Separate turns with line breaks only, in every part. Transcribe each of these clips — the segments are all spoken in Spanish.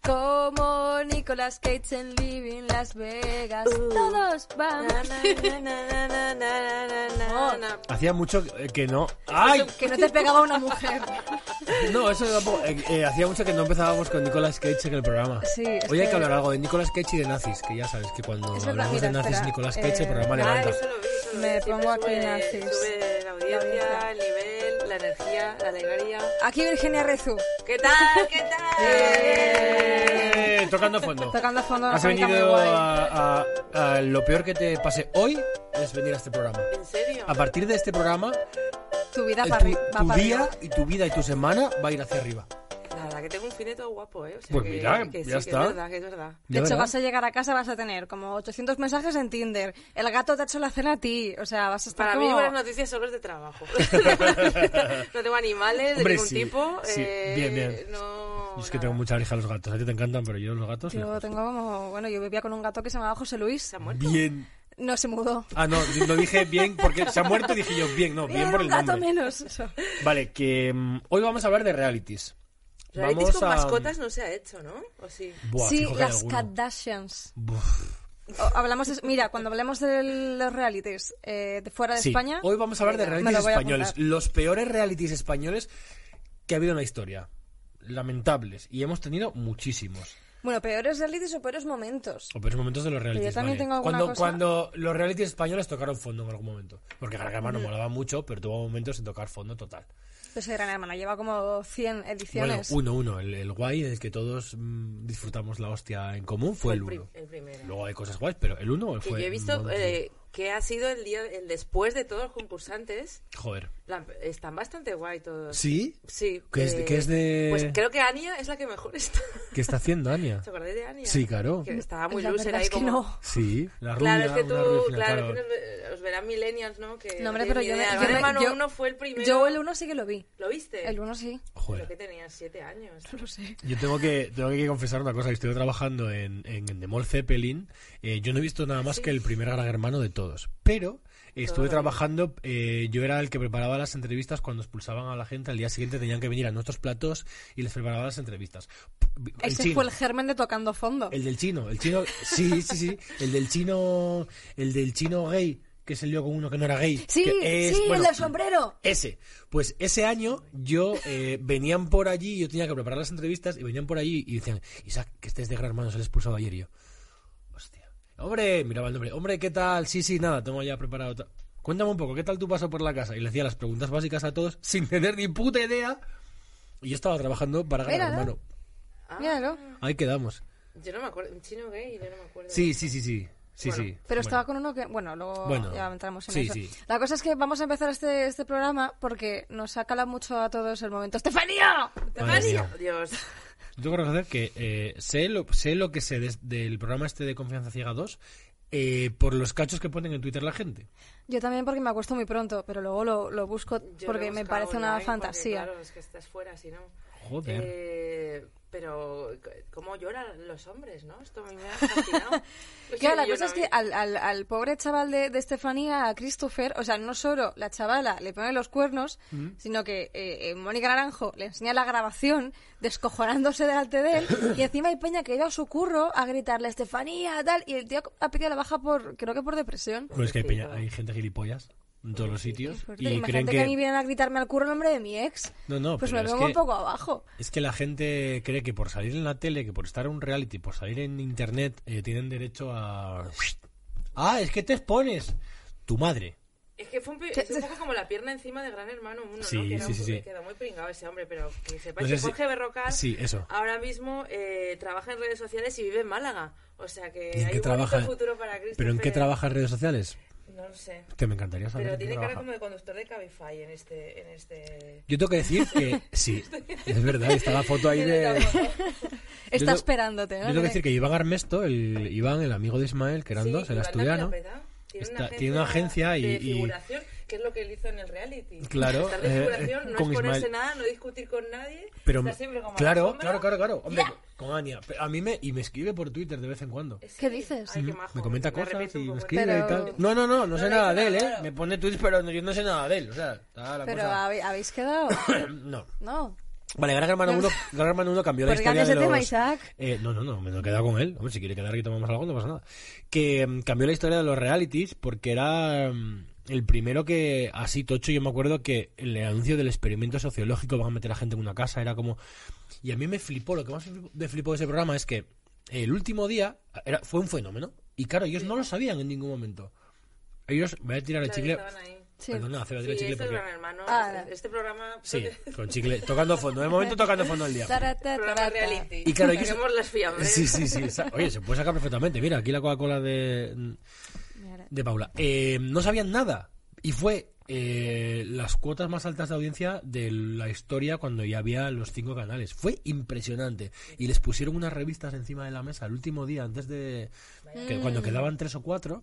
Como Nicolas Cage en Living Las Vegas.
Uh.
Todos vamos.
Hacía mucho que no. ¡Ay!
Que no te pegaba una mujer.
No, eso tampoco. Eh, eh, hacía mucho que no empezábamos con Nicolas Cage en el programa.
Sí, es
Hoy hay
que-
que hablar algo de Nicolas Cage y de nazis, que ya sabes que cuando
Es verdad,
hablamos
mira,
de nazis
espera,
y Nicolas Cage
eh,
el programa
ah,
levanta.
eso lo vi, eso lo
Me
vi. Siempre
pongo aquí
sube-
nazis.
Sube la
La
audiencia, el nivel, la energía, la alegría.
Aquí Virginia Rezu.
¿Qué tal? ¿Qué tal?
Eh, tocando fondo.
Tocando a fondo.
Has
una música muy
venido
guay.
a, a- a- Lo peor que te pase hoy es venir a este programa.
¿En serio?
A partir de este programa,
Tu vida
eh,
para
tu,
arri- va
tu
para
día
arriba.
y tu vida y tu semana va a ir hacia arriba.
La verdad que tengo un fineto guapo, ¿eh? O sea
Pues
que-
mira,
que sí,
ya
que
está.
es verdad, que es verdad.
De
Ya
hecho,
verás.
vas a llegar a casa, vas a tener como 800 mensajes en Tinder. El gato te ha hecho la cena a ti. O sea, vas a estar
Para mí
como...
buenas noticias solo es de trabajo. no tengo animales de
Hombre,
ningún
sí,
tipo.
sí,
eh,
bien, bien.
No,
Yo es que
nada.
tengo mucha alergia a los gatos. A ti te encantan, pero yo los gatos.
Yo
lejos.
tengo como... Bueno, yo vivía con un gato que se llamaba José Luis.
¿Se ha muerto?
Bien.
No, se mudó.
Ah, no, lo dije bien porque se ha muerto y dije yo bien, no, bien
Era
por el
un gato
nombre.
menos. Eso.
Vale, que mm, hoy vamos a hablar de realities.
Realities
Vamos
con
a- mm,
mascotas no se ha hecho, ¿no? ¿O sí?
Buah,
sí,
fijo que hay
las
alguno.
Kardashians.
Buf.
O- hablamos de- mira, cuando hablemos de los realities eh, de fuera de
Sí,
España,
hoy vamos a hablar de
Venga, me
realities
lo voy a
españoles.
apuntar.
Los peores realities españoles que ha habido en la historia. Lamentables. Y hemos tenido muchísimos.
Bueno, peores realities o peores momentos.
O peores momentos de los realities.
también
vale.
tengo alguna
cuando,
cosa-
cuando los realities españoles tocaron fondo en algún momento. Porque Gran Hermano
Mm.
molaba mucho, pero tuvo momentos de tocar fondo total.
Pues Gran Hermano lleva como 100
Bueno,
ediciones.
uno, uno. El, el guay, el que todos mm, disfrutamos la hostia en común, fue Pues el
pri-
uno.
el primero.
Luego hay cosas guays, pero el uno
Que
fue...
yo he visto
madre mía.
eh, que ha sido el día el después de todos los concursantes.
Joder.
En plan, Están bastante guay todos.
¿Sí?
Sí.
¿Qué es-
eh,
qué es de-
Pues creo que Ania es la que mejor está.
¿Qué está haciendo Ania?
¿Te acordáis de Ania?
Sí, claro.
Que estaba muy
La
loser
verdad
ahí
es que
como...
no.
Sí, la rubia.
Claro, es que
una
tú,
rubia final,
claro,
claro.
es que nos- os verán millennials, ¿no? Que
No, hombre,
tienen
pero
ni
yo me-
idea.
yo
Gran
me-
hermano
yo-
1 fue el primero.
Yo el uno sí que lo vi.
¿Lo viste?
El uno sí.
Creo que
Joder.
tenías 7 años.
No lo sé.
Yo tengo que, tengo que confesar una cosa, que estoy trabajando en, en, en The Mall Zeppelin. Eh, yo no he visto nada más que el primer gran hermano de todos. Pero estuve trabajando, eh, yo era el que preparaba las entrevistas cuando expulsaban a la gente. Al día siguiente tenían que venir a nuestros platos y les preparaba las entrevistas. El
Ese
chino.
fue el germen de tocando fondo.
El del chino, el chino, sí, sí, sí, el del chino, el del chino gay que se lió con uno que no era gay.
Sí,
que es-
sí,
bueno,
el del sombrero.
Ese, pues ese año yo eh, venían por allí, yo tenía que preparar las entrevistas y venían por allí y decían, Isaac, que este es de gran hermano, se le expulsado ayer y yo. Hostia. Hombre, miraba el nombre, hombre, ¿qué tal? Sí, sí, nada, tengo ya preparado. ta- Cuéntame un poco, ¿qué tal tu paso por la casa? Y le hacía las preguntas básicas a todos sin tener ni puta idea. Y yo estaba trabajando para ganar,
Mírala.
hermano.
Ah,
Míralo.
Ahí quedamos.
Yo no me acuerdo. Un chino gay, yo no me acuerdo.
Sí, sí, sí, sí. Sí,
Bueno,
sí.
Pero
Bueno.
estaba con uno que... Bueno, luego
Bueno,
ya entramos en
sí,
eso.
sí.
La cosa es que vamos a empezar este, este programa porque nos ha calado mucho a todos el momento. ¡Estefanía!
Madre
¡Ania!
mía.
Dios.
Yo creo que hacer que eh, sé, lo, sé lo que sé des- del programa este de Confianza Ciega 2 eh, por los cachos que ponen en Twitter la gente.
Yo también porque me acuesto muy pronto, pero luego lo, lo busco
Yo lo
porque
he
me
buscado
parece una
online porque,
fantasía.
claro, es que estás fuera, si no.
Joder.
Eh, pero, c- ¿cómo lloran los hombres, no? Esto a mí me ha fascinado. O sea,
Claro, la
yo
cosa
no
es que
vi-
al, al- al pobre chaval de, de Estefanía, a Christopher, o sea, no solo la chavala le pone los cuernos,
Mm.
sino que eh, eh, Mónica Naranjo le enseña la grabación descojonándose delante de él y encima hay Peña que ha ido a su curro a gritarle Estefanía, tal, y el tío ha pedido la baja por, creo que por depresión.
Bueno, es que hay, peña- hay gente gilipollas en todos los sitios
Fuerte.
y creen
Imagínate que... a mí
que...
vienen a gritarme al curro el nombre de mi ex.
No, no,
pues me
pero es
pongo
que-
un poco abajo.
Es que la gente cree que por salir en la tele, que por estar en un reality, por salir en internet, eh, tienen derecho a... Ah, es que te expones. Tu madre.
Es que fue un, pi- es un poco como la pierna encima de Gran Hermano 1,
Sí,
¿no? Que era
sí,
un-
sí, sí.
me quedó muy pringado ese hombre, pero que sepáis
No sé
que
si-
Jorge Ah, Berrocal
Sí, eso.
ahora mismo eh, trabaja en redes sociales y vive en Málaga. O sea que
¿Y en
hay
qué
un
trabaja?
bonito futuro para Christopher.
¿Pero en qué trabaja en redes sociales?
No lo sé.
Que me encantaría saber.
Pero
en qué
tiene cara
trabaja.
como de conductor de Cabify en este... En este...
Yo tengo que decir que sí, es verdad, está la foto ahí de...
Está
tengo-
esperándote,
Yo
¿no?
tengo que
Tiene-
decir que Iván Armesto, el Iván, el amigo de Ismael, que eran
Sí,
dos, el
Iván
asturiano,
también la peta. Tiene, una
está-
agencia
tiene una agencia y-
de
y-
figuración, que es lo que él hizo en el reality.
Claro,
Estar de figuración,
eh,
no
con
exponerse
Ismael.
nada, no discutir con nadie.
pero
estar siempre como a la
claro,
sombra.
claro, claro, claro, hombre, con Ania, Pe- a mí me y me escribe por Twitter de vez en cuando.
Sí.
¿Qué dices?
Ay, qué
Mm,
majo.
Me comenta cosas
arrepiento un
y me
poco.
escribe
Pero-
y tal. No, no, no, no sé
le
nada de
dice
él, ¿eh?
nada.
Me pone tweets, pero no- yo no sé nada de él, o sea, está la
Pero
cosa-
habe- habéis quedado.
No.
No.
Vale, Gran Hermano 1, Gran Hermano 1 cambió la
Pues cambia
historia de
ese
los...
tema, Isaac.
Eh, no, no, no, me lo he quedado con él. Hombre, si quiere quedar y tomamos algo, no pasa nada. Que mm, cambió la historia de los realities porque era mm, el primero que, así tocho, yo me acuerdo que el anuncio del experimento sociológico, van a meter a gente en una casa, era como... Y a mí me flipó, lo que más me flipó- me flipó de ese programa es que el último día era, fue un fenómeno. Y claro, ellos no lo sabían en ningún momento. Ellos, me voy a tirar el
Claro,
chicle...
estaban ahí.
Sí.
Perdona, se va a tirar el
Sí,
chicle
este
porque...
gran hermano,
Ah,
este programa...
Sí, con chicle, tocando fondo. De momento tocando fondo el día.
Tara, ta,
programa
tara, ta.
reality.
Y claro, yo-
Saquemos las fiambres.
Sí, sí, sí. sa- Oye, se puede sacar perfectamente. Mira, aquí la Coca-Cola de,
Mira,
de Paula. Eh, no sabían nada. Y fue eh, las cuotas más altas de audiencia de la historia cuando ya había los cinco canales. Fue impresionante. Y les pusieron unas revistas encima de la mesa el último día, antes de. que- cuando
Mm.
quedaban tres o cuatro.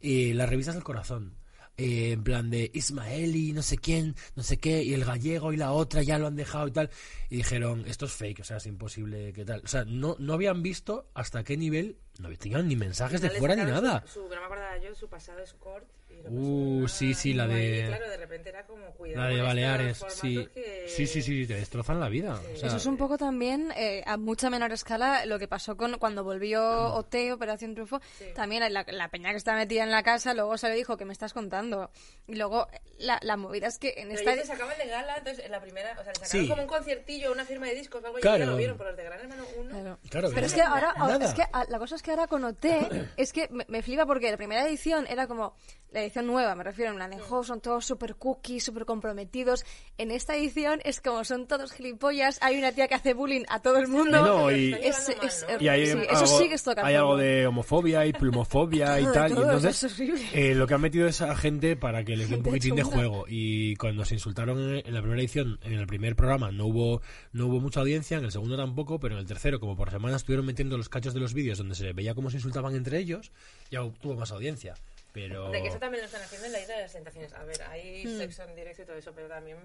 eh, las revistas del corazón. Eh, en plan de Ismael y no sé quién, no sé qué, y el gallego y la otra ya lo han dejado y tal. Y dijeron, esto es fake, o sea, es imposible, que tal? O sea, no, no habían visto hasta qué nivel, no tenían ni mensajes de
Al final
fuera ni
les sacaron
nada.
Su, su- que no me acordaba yo, su pasado es corto. y lo
Uh,
pasó
sí, sí, la
mal,
de-
y claro, de repente era como cuidado.
La de
con estos
Baleares, sí.
formatos que-
Sí, sí, sí, te destrozan la vida. o sea,
Eso es un poco también, eh, a mucha menor escala, lo que pasó con cuando volvió OT, Operación Triunfo. También la, la peña que está metida en la casa, luego se le dijo, que me estás contando? Y luego la, la movida es que en
Pero
esta...
ellos se sacaban de gala, entonces en la primera, o sea, le sacaron
Sí.
como un conciertillo, una firma de discos, o algo y
Claro.
ya lo vieron, pero los de Gran Hermano 1.
Claro.
Claro,
pero
no
es que ahora,
nada.
ahora- es que a- la cosa es que ahora con OT es que me, me flipa porque la primera edición era como la edición nueva, me refiero, en la de House son todos super cookies, super comprometidos. En esta edición es como son todos gilipollas, hay una tía que hace bullying a todo el mundo.
No, y-
Es-
Llevando
es- eh,
mal, ¿no?
Y hay
sí, eso
algo,
sí que es tocar
hay algo
fondo.
de homofobia y plumofobia y
Todo,
tal. Y
todo,
entonces,
eso es horrible.
eh, lo que han metido es a gente para que les dé un
Gente
poquitín de
chunga.
juego. Y cuando se insultaron en- en la primera edición, en el primer programa, no hubo, no hubo mucha audiencia, en el segundo tampoco, pero en el tercero, como por semana estuvieron metiendo los cachos de los vídeos donde se veía cómo se insultaban entre ellos, ya tuvo más audiencia. Pero.
De que eso también lo están haciendo en la isla de las tentaciones. A ver, hay
Hmm.
sexo en directo y todo eso, pero también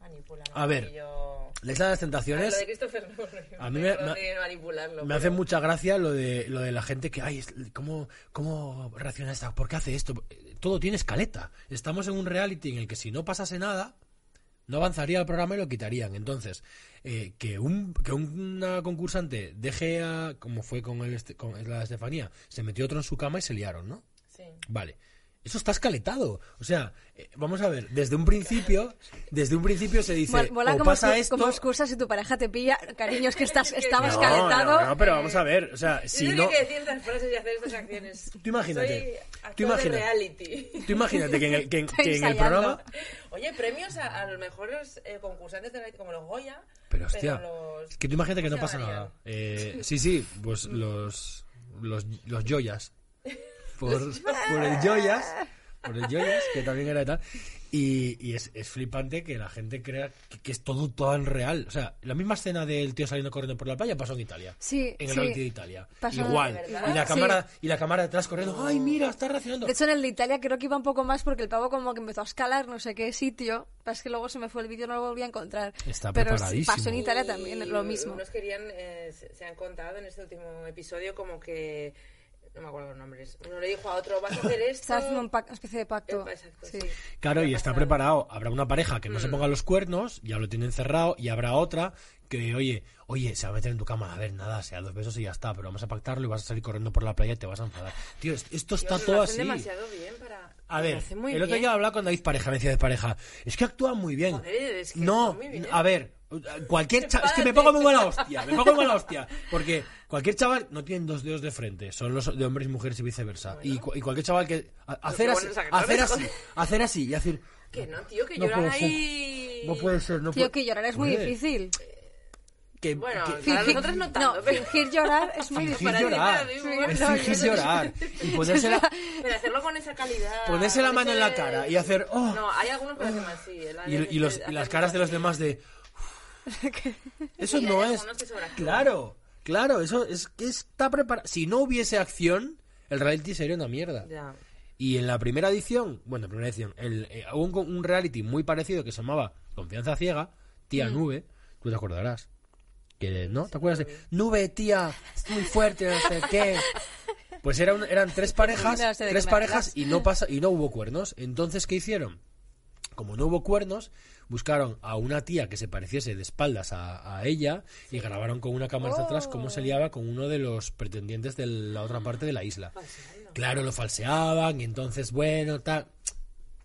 manipulan.
A ver.
Y yo-
La isla de las
Ah, Lo
tentaciones.
de Christopher Nolan.
A mí me-
Perdón
me-
de manipularlo.
Me hace
pero-
mucha gracia lo de, lo de la gente que, ay, es- ¿cómo, ¿cómo reacciona esta? ¿Por qué hace esto? Eh, Todo tiene escaleta. Estamos en un reality en el que si no pasase nada, no avanzaría el programa y lo quitarían. Entonces, eh, que, un, que una concursante deje a, como fue con, el este- con la Estefanía, se metió otro en su cama y se liaron, ¿no?
Sí.
Vale. Eso está escaletado. O sea, eh, vamos a ver, desde un principio, desde un principio se dice,
Mol- mola
o
como,
pasa
excu-
esto...
como excusa si tu pareja te pilla, cariño, es que estás, estabas
No,
calentado.
no, no, pero vamos a ver, o sea, si
Yo
no...
tenía que decir estas frases y hacer estas acciones.
Tú imagínate,
Soy actor
tú
de
imagínate.
reality.
Tú imagínate que en el, que en-
Estoy
que en el
ensayando.
programa.
Oye, premios a, a los mejores eh, concursantes de reality, como los Goya.
Pero hostia,
los-
es que tú imagínate que no
¿cómo se
pasa
llamarían?
nada. Eh, sí, sí, pues los. Los, los Joyas. Por, por el Joyas. Por el Joyas, que también era de tal. Y, y es, es flipante que la gente crea que, que es todo tan real. O sea, la misma escena del tío saliendo corriendo por la playa pasó en Italia.
Sí,
En el
sí.
reality de Italia.
Pasó
igual.
de
Y
verdad.
la
Sí.
cámara, y la cámara detrás corriendo. ¡Ay, mira! Está reaccionando.
De hecho, en el de Italia creo que iba un poco más porque el pavo como que empezó a escalar no sé qué sitio. Pero es que luego se me fue el vídeo, no lo volví a encontrar.
Está
Pero sí,
preparadísimo.
pasó en Italia
Y
también lo mismo.
Unos querían, eh, se, se han contado en este último episodio como que. No me acuerdo los nombres. Uno le dijo a otro, vas a hacer
Se
esto.
hace un pac- una especie de pacto.
Epa, exacto,
Sí.
sí.
Claro,
Qué
y está
pasada.
preparado. Habrá una pareja que no
Mm.
se ponga los cuernos, ya lo tienen cerrado, y habrá otra que, oye, oye, se va a meter en tu cama, a ver, nada, sea dos besos y ya está, pero vamos a pactarlo y vas a salir corriendo por la playa y te vas a enfadar. Tío, es- esto está
Dios, lo
todo
hacen
así.
demasiado bien para.
A
lo
ver,
hacen muy
el otro
bien.
día hablaba con David Pareja, me decía de pareja, es que actúan muy bien.
Joder, es que
no,
actúan muy bien.
a ver, cualquier chaval, es que me pongo muy mala hostia, me pongo muy mala hostia, porque cualquier chaval no tiene dos dedos de frente, son los de hombres y mujeres y viceversa. Y, cu- y cualquier chaval que a- hacer
qué
así,
buenos actores,
hacer así,
joder.
hacer así y hacer
Que no, tío, que
No
lloran
puede ser.
ahí.
no puede ser, no puede
Tío, que llorar es muy
Joder,
difícil.
que-
Bueno,
que-
Para nosotros no tanto, pero-
fingir llorar es muy
fingir
difícil.
llorar,
mí,
Sí,
bueno,
es
no, yo
fingir
no-
llorar y ponerse la,
Pero hacerlo con esa calidad.
Ponerse la mano en la cara y hacer, "Oh".
No, hay algunos que lo hacen así. el este
y,
área
y los-
de-
y las caras de los demás de Eso
Sí,
no
hay
es.
algunos que sobreactúan.
Claro, claro, eso es que está preparado. Si no hubiese acción, el reality sería una mierda.
Ya.
Y en la primera edición, bueno, primera edición, el, eh, hubo un, co- un reality muy parecido que se llamaba Confianza Ciega, Tía
Mm.
Nube, tú te acordarás. Que, ¿No? ¿Te acuerdas de Nube, tía, es muy fuerte, no sé qué? Pues era un- eran tres parejas,
No sé de qué
tres
me
parejas
hablas.
y no, pasa, y no hubo cuernos. Entonces, ¿qué hicieron? Como no hubo cuernos, buscaron a una tía que se pareciese de espaldas a, a ella y grabaron con una cámara de atrás cómo se liaba
Oh.
con uno de los pretendientes de la otra parte de la isla. Claro, lo falseaban y entonces, bueno, tal.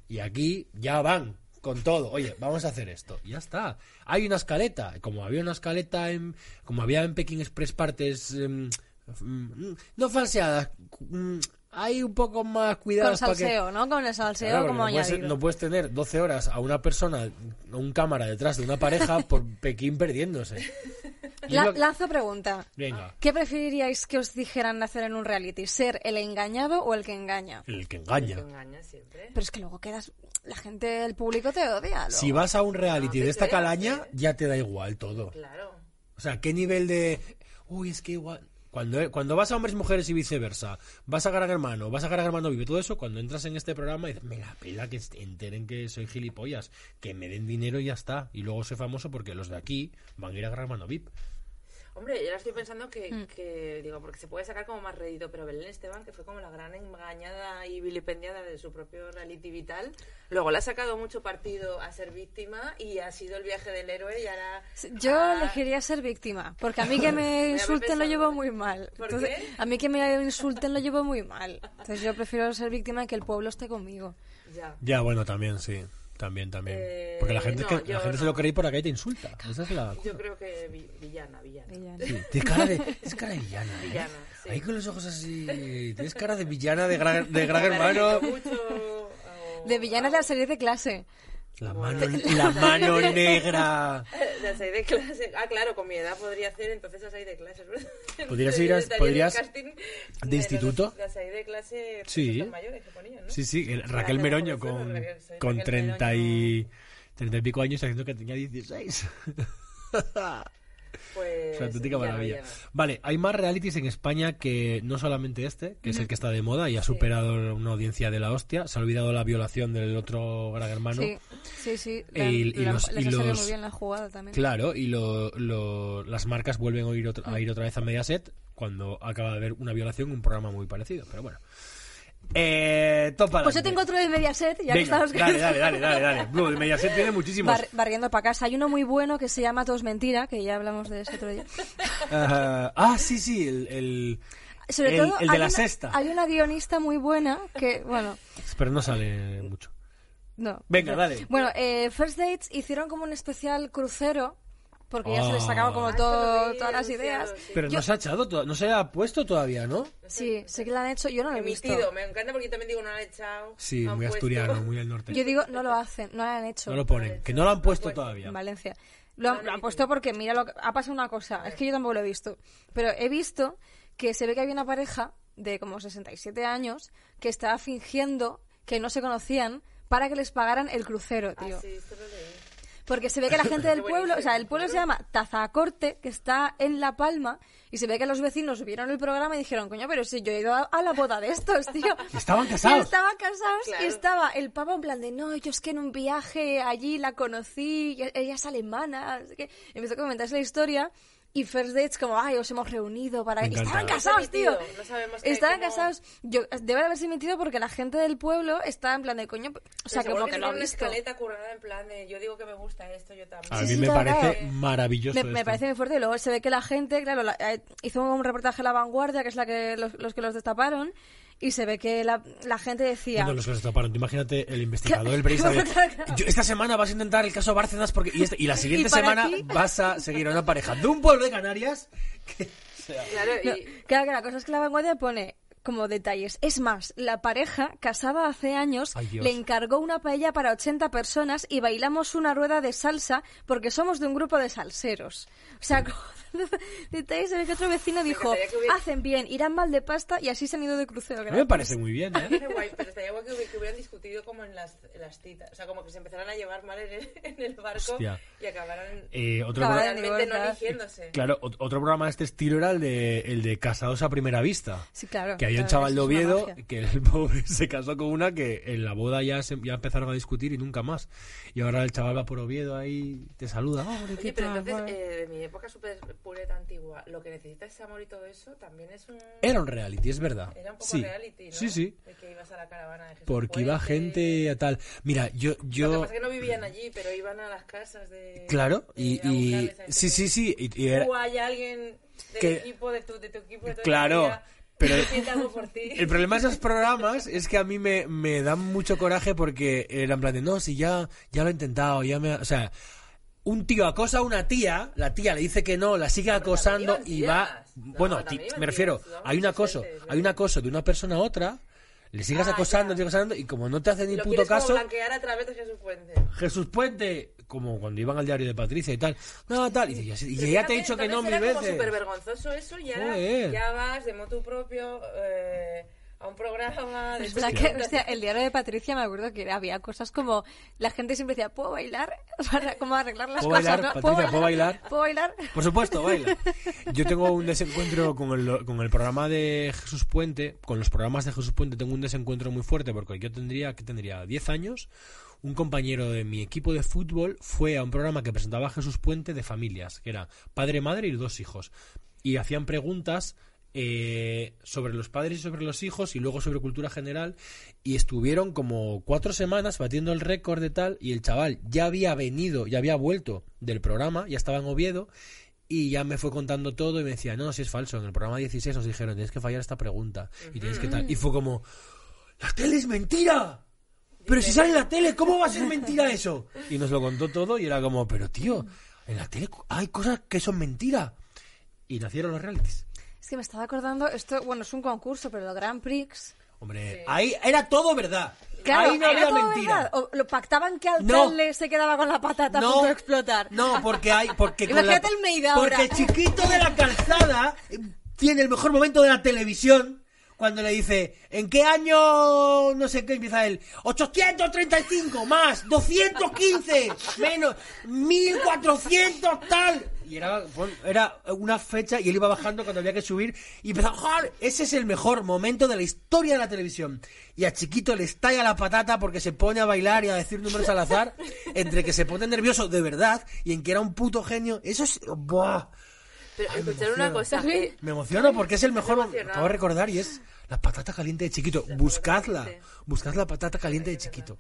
Y aquí ya van con todo. Oye, vamos a hacer esto. Ya está. Hay una escaleta. Como había una escaleta en. Como había en Pekín Express partes. em, mm, no falseadas. mm, hay un poco más cuidado
Con salseo, ¿no? Con el salseo
Claro, porque
como
no, puedes,
añadido.
no puedes tener 12 horas a una persona, a un cámara detrás de una pareja por Pekín perdiéndose. Y
La-
lo-
Lanzo pregunta.
Venga,
¿Qué preferiríais que os dijeran hacer en un reality? ¿Ser el engañado o el que engaña?
el que
Te
engaña.
engañas siempre.
Pero es que luego quedas... La gente, el público te odia.
Si
luego.
vas a un reality
No,
de
te
esta
creas,
calaña,
¿eh?
ya te da igual todo.
Claro.
O sea, ¿qué nivel de... Uy, es que igual... Cuando, eh, cuando vas a hombres, mujeres y viceversa, vas a Gran Hermano, vas a Gran Hermano Vive, todo eso, cuando entras en este programa, dices, me la pela que se enteren que soy gilipollas, que me den dinero y ya está. Y luego soy famoso porque los de aquí van a ir a Gran Hermano VIP.
Hombre, yo ahora estoy pensando que,
Hmm.
que, digo, porque se puede sacar como más rédito, pero Belén Esteban, que fue como la gran engañada y vilipendiada de su propio reality vital, luego le ha sacado mucho partido a ser víctima y ha sido el viaje del héroe y ahora...
Yo
ah,
elegiría ser víctima, porque a mí que me insulten lo
pensado,
llevo
¿eh?
muy mal.
¿Por
Entonces,
qué?
A mí que me insulten lo llevo muy mal. Entonces yo prefiero ser víctima y que el pueblo esté conmigo.
Ya.
Ya, bueno, también, sí. También, también.
Eh,
Porque la gente, es
no,
que, la
yo
gente se
no.
lo cree y por acá y te insulta. Esa es la...
Yo creo que vi- villana, villana.
Y ya, ¿no?
Sí, tienes cara de, tienes cara de villana. ¿eh?
Villana, sí.
Ahí con los ojos así. Tienes cara de villana de gran, de gran
Me
hermano.
repito mucho, o-
De villana de la serie de clase.
La mano, la mano negra.
De seis de clase. Ah, claro, con mi edad podría hacer entonces a seis de clases, ¿verdad?
Podrías ir a-
Taller de
podrías-
casting
de instituto.
De seis de clase.
Sí.
Sí. Mayores que ponían, ¿no?
Sí, sí, el- Raquel
Raquel
Meroño
Meroño,
con,
Raquel- soy
con
Raquel
30 y,
Meroño.
30 y pico años haciendo que tenía 16.
Pues.
Es una auténtica
villana,
maravilla.
villana.
Vale, hay más realities en España que no solamente este, que es el que está de moda y ha superado una audiencia de la hostia. Se ha olvidado la violación del otro gran hermano.
Sí, sí, sí.
E- y- y
la-
los-
les
y
ha salido
los-
muy bien la jugada también.
Claro, y lo- lo- las marcas vuelven a ir, otra, a ir otra vez a Mediaset cuando acaba de haber una violación, un programa muy parecido. Pero bueno. Eh,
Pues
top
yo
adelante.
tengo otro de Mediaset, ya que
Venga,
estamos
dale, dale, dale, dale, dale. Blue, de Mediaset tiene muchísimos.
Bar- barriendo para casa. Hay uno muy bueno que se llama Todos Mentira, que ya hablamos de ese otro día.
Ah, ah, sí, sí, el, el,
Sobre
el-
todo,
el
hay
de la
una-
sexta.
Hay una guionista muy buena que, bueno,
Pero no sale mucho.
no.
Venga, dale.
Bueno, eh, First Dates hicieron como un especial crucero, porque ya se les
Oh.
sacaba como
Ah,
todo-
esto lo vi
todas las
anunciado,
ideas.
sí.
Pero no se ha echado, to- no se ha puesto todavía, ¿no?
Sí, sé que lo han hecho, yo no lo he visto.
Emitido, me encanta porque yo también digo, no la he echado.
Sí,
no han
muy
puesto.
asturiano, muy al norte.
Yo digo, no lo hacen, no lo han hecho.
No lo ponen, que no lo han puesto todavía.
en Valencia. Lo, han- lo han puesto porque, mira, lo, que- ha pasado una cosa, es que yo tampoco lo he visto, pero he visto que se ve que había una pareja de como 67 años que estaba fingiendo que no se conocían para que les pagaran el crucero,
Ah,
tío.
sí, esto lo leí.
Porque se ve que la gente del
Qué
pueblo, o sea, el
buenísimo,
pueblo se llama Tazacorte, que está en La Palma, y se ve que los vecinos vieron el programa y dijeron, coño, pero si yo he ido a, a la boda de estos, tío.
Y estaban casados.
Y estaban casados
Claro.
y estaba el papa en plan de, no, yo es que en un viaje allí la conocí, y ella es alemana, no sé qué. Y empezó a comentarse la historia. Y First Dates como, ay, os hemos reunido para...
Me
Y Estaban
encanta.
casados, tío.
No sabemos qué-
Estaban
cómo-
casados. Yo, debe haberse metido porque la gente del pueblo estaba en plan de, coño... O sea,
Pero Pues seguro
como que,
se
lo ha
pone una
visto.
escaleta currada en plan de yo digo que me gusta esto, yo también.
A
Sí,
mí
sí,
me
claro.
parece
Me-
maravilloso.
Me, me
esto.
parece muy fuerte. Y luego se ve que la gente, claro, la- eh, hizo un reportaje a La Vanguardia, que es la que los, los que los destaparon, y se ve que la, la gente decía...
Bueno, los que los taparon. Tú imagínate el investigador,
Claro.
el periodista. de,
Claro, claro.
"Yo- esta semana vas a intentar el caso Bárcenas porque, y, esta- y la siguiente
Y para
semana
ti-
vas a seguir a una pareja de un pueblo de Canarias. que-
Claro,
No,
y
claro, que la cosa es que La Vanguardia pone como detalles. Es más, la pareja, casada hace años,
Ay, Dios.
le encargó una paella para 80 personas y bailamos una rueda de salsa porque somos de un grupo de salseros. O sea, como- detalles en el que otro vecino dijo,
encantaría que hubiera-
hacen bien, irán mal de pasta y así se han ido de crucero.
No me parece muy bien, ¿eh?
Qué guay, pero estaría guay que, hubi- que hubieran discutido como en las, en las citas. O sea, como que se empezaran a llevar mal en el, en el barco
Hostia.
y acabaran
Eh,
Claro, eh.
otro pro-
Acabaran
realmente no
divorciadas.
eligiéndose.
claro, ot- otro programa de este estilo era el de, el de Casados a Primera Vista.
Sí, claro.
Que había había un
Claro,
chaval
eso
de
es una
Oviedo
magia.
que el pobre se casó con una que en la boda ya, se- ya empezaron a discutir y nunca más. Y ahora el chaval va por Oviedo ahí, te saluda.
Ah,
Hombre, ¿qué
Oye, pero
tal?
entonces,
Guay.
eh, de mi época súper pureta antigua, lo que necesita ese amor y todo eso también es un.
Era un reality, es verdad.
Era un poco
sí.
reality, ¿no?
Sí, sí.
De que ibas a la caravana de Jesús
Porque iba
Puente.
gente a tal. Mira, yo. yo...
Lo que pasa es que no vivían allí, pero iban a las casas de.
Claro,
de
y,
a
y-
buscarles a ese
sí, sí,
tío.
sí, y- y era-
Tú hay alguien del
Que-
equipo, de tu, de tu equipo, de tu
Claro,
vida,
pero-
que siente algo por ti.
el problema de esos programas es que a mí me, me dan mucho coraje porque era en plan de, no, si ya, ya lo he intentado, ya me... ha-". O sea, un tío acosa a una tía, la tía le dice que no, la sigue acosando
también
y
iban
va...
tías. No,
Bueno,
también
ti-
iban
me
tías,
refiero,
sudamos
hay un
los
acoso,
sentes, ¿no?
hay un acoso de una persona a otra, le sigas
Ah,
acosando,
ya.
le sigues acosando y como no te hace ni
Lo
puto
quieres como
caso...
blanquear a través de Jesús Puente.
Jesús Puente, como cuando iban al diario de Patricia y tal, no, tal, y, dices, "Y
Pero
ya te
fíjate,
he dicho que no
entonces
mil
era como
veces.
súper vergonzoso eso y ahora
Joder.
ya vas de motu propio eh, a un programa... De
Hostia, que, hostia, el diario de Patricia me acuerdo que había cosas como la gente siempre decía, ¿puedo bailar? O sea, como arreglar las
¿Puedo
cosas,
bailar,
¿no?
Patricia, ¿puedo bailar?
¿Puedo bailar?
Por supuesto, baila. Yo tengo un desencuentro con el, con el programa de Jesús Puente, con los programas de Jesús Puente tengo un desencuentro muy fuerte porque yo tendría, que tendría 10 años, un compañero de mi equipo de fútbol fue a un programa que presentaba Jesús Puente de familias, que era padre, madre y dos hijos. Y hacían preguntas eh, sobre los padres y sobre los hijos y luego sobre cultura general y estuvieron como cuatro semanas batiendo el récord de tal y el chaval ya había venido, ya había vuelto del programa, ya estaba en Oviedo y ya me fue contando todo y me decía, no, si es falso, en el programa 16 nos dijeron, tienes que fallar esta pregunta y tienes que tal. Y fue como, la tele es mentira. Pero si sale en la tele, ¿cómo va a ser mentira eso? Y nos lo contó todo y era como, pero tío, en la tele hay cosas que son mentira. Y nacieron los realities.
Es que me estaba acordando, esto, bueno, es un concurso, pero el Grand Prix...
Hombre, ahí era todo verdad. ahí
era
no había
todo
mentira.
verdad. O lo pactaban que alcalde se quedaba con la patata a punto de explotar.
No, porque hay. Porque con
Imagínate
la-
el Meida
Porque
ahora.
el chiquito de la calzada eh, tiene el mejor momento de la televisión cuando le dice: ¿En qué año no sé qué empieza él? 835 más 215 menos 1400 tal. Y era, bueno, era una fecha y él iba bajando cuando había que subir y empezaba, ¡joder! Ese es el mejor momento de la historia de la televisión. Y a Chiquito le estalla la patata porque se pone a bailar y a decir números al azar, entre que se pone nervioso de verdad y en que era un puto genio. Eso es... ¡Buah!
Pero escuchar una cosa... eh,
Me emociono porque es el mejor...
Estoy emocionada.
Acabo de recordar y es la patata caliente de Chiquito. Buscadla. Buscad la patata caliente de Chiquito.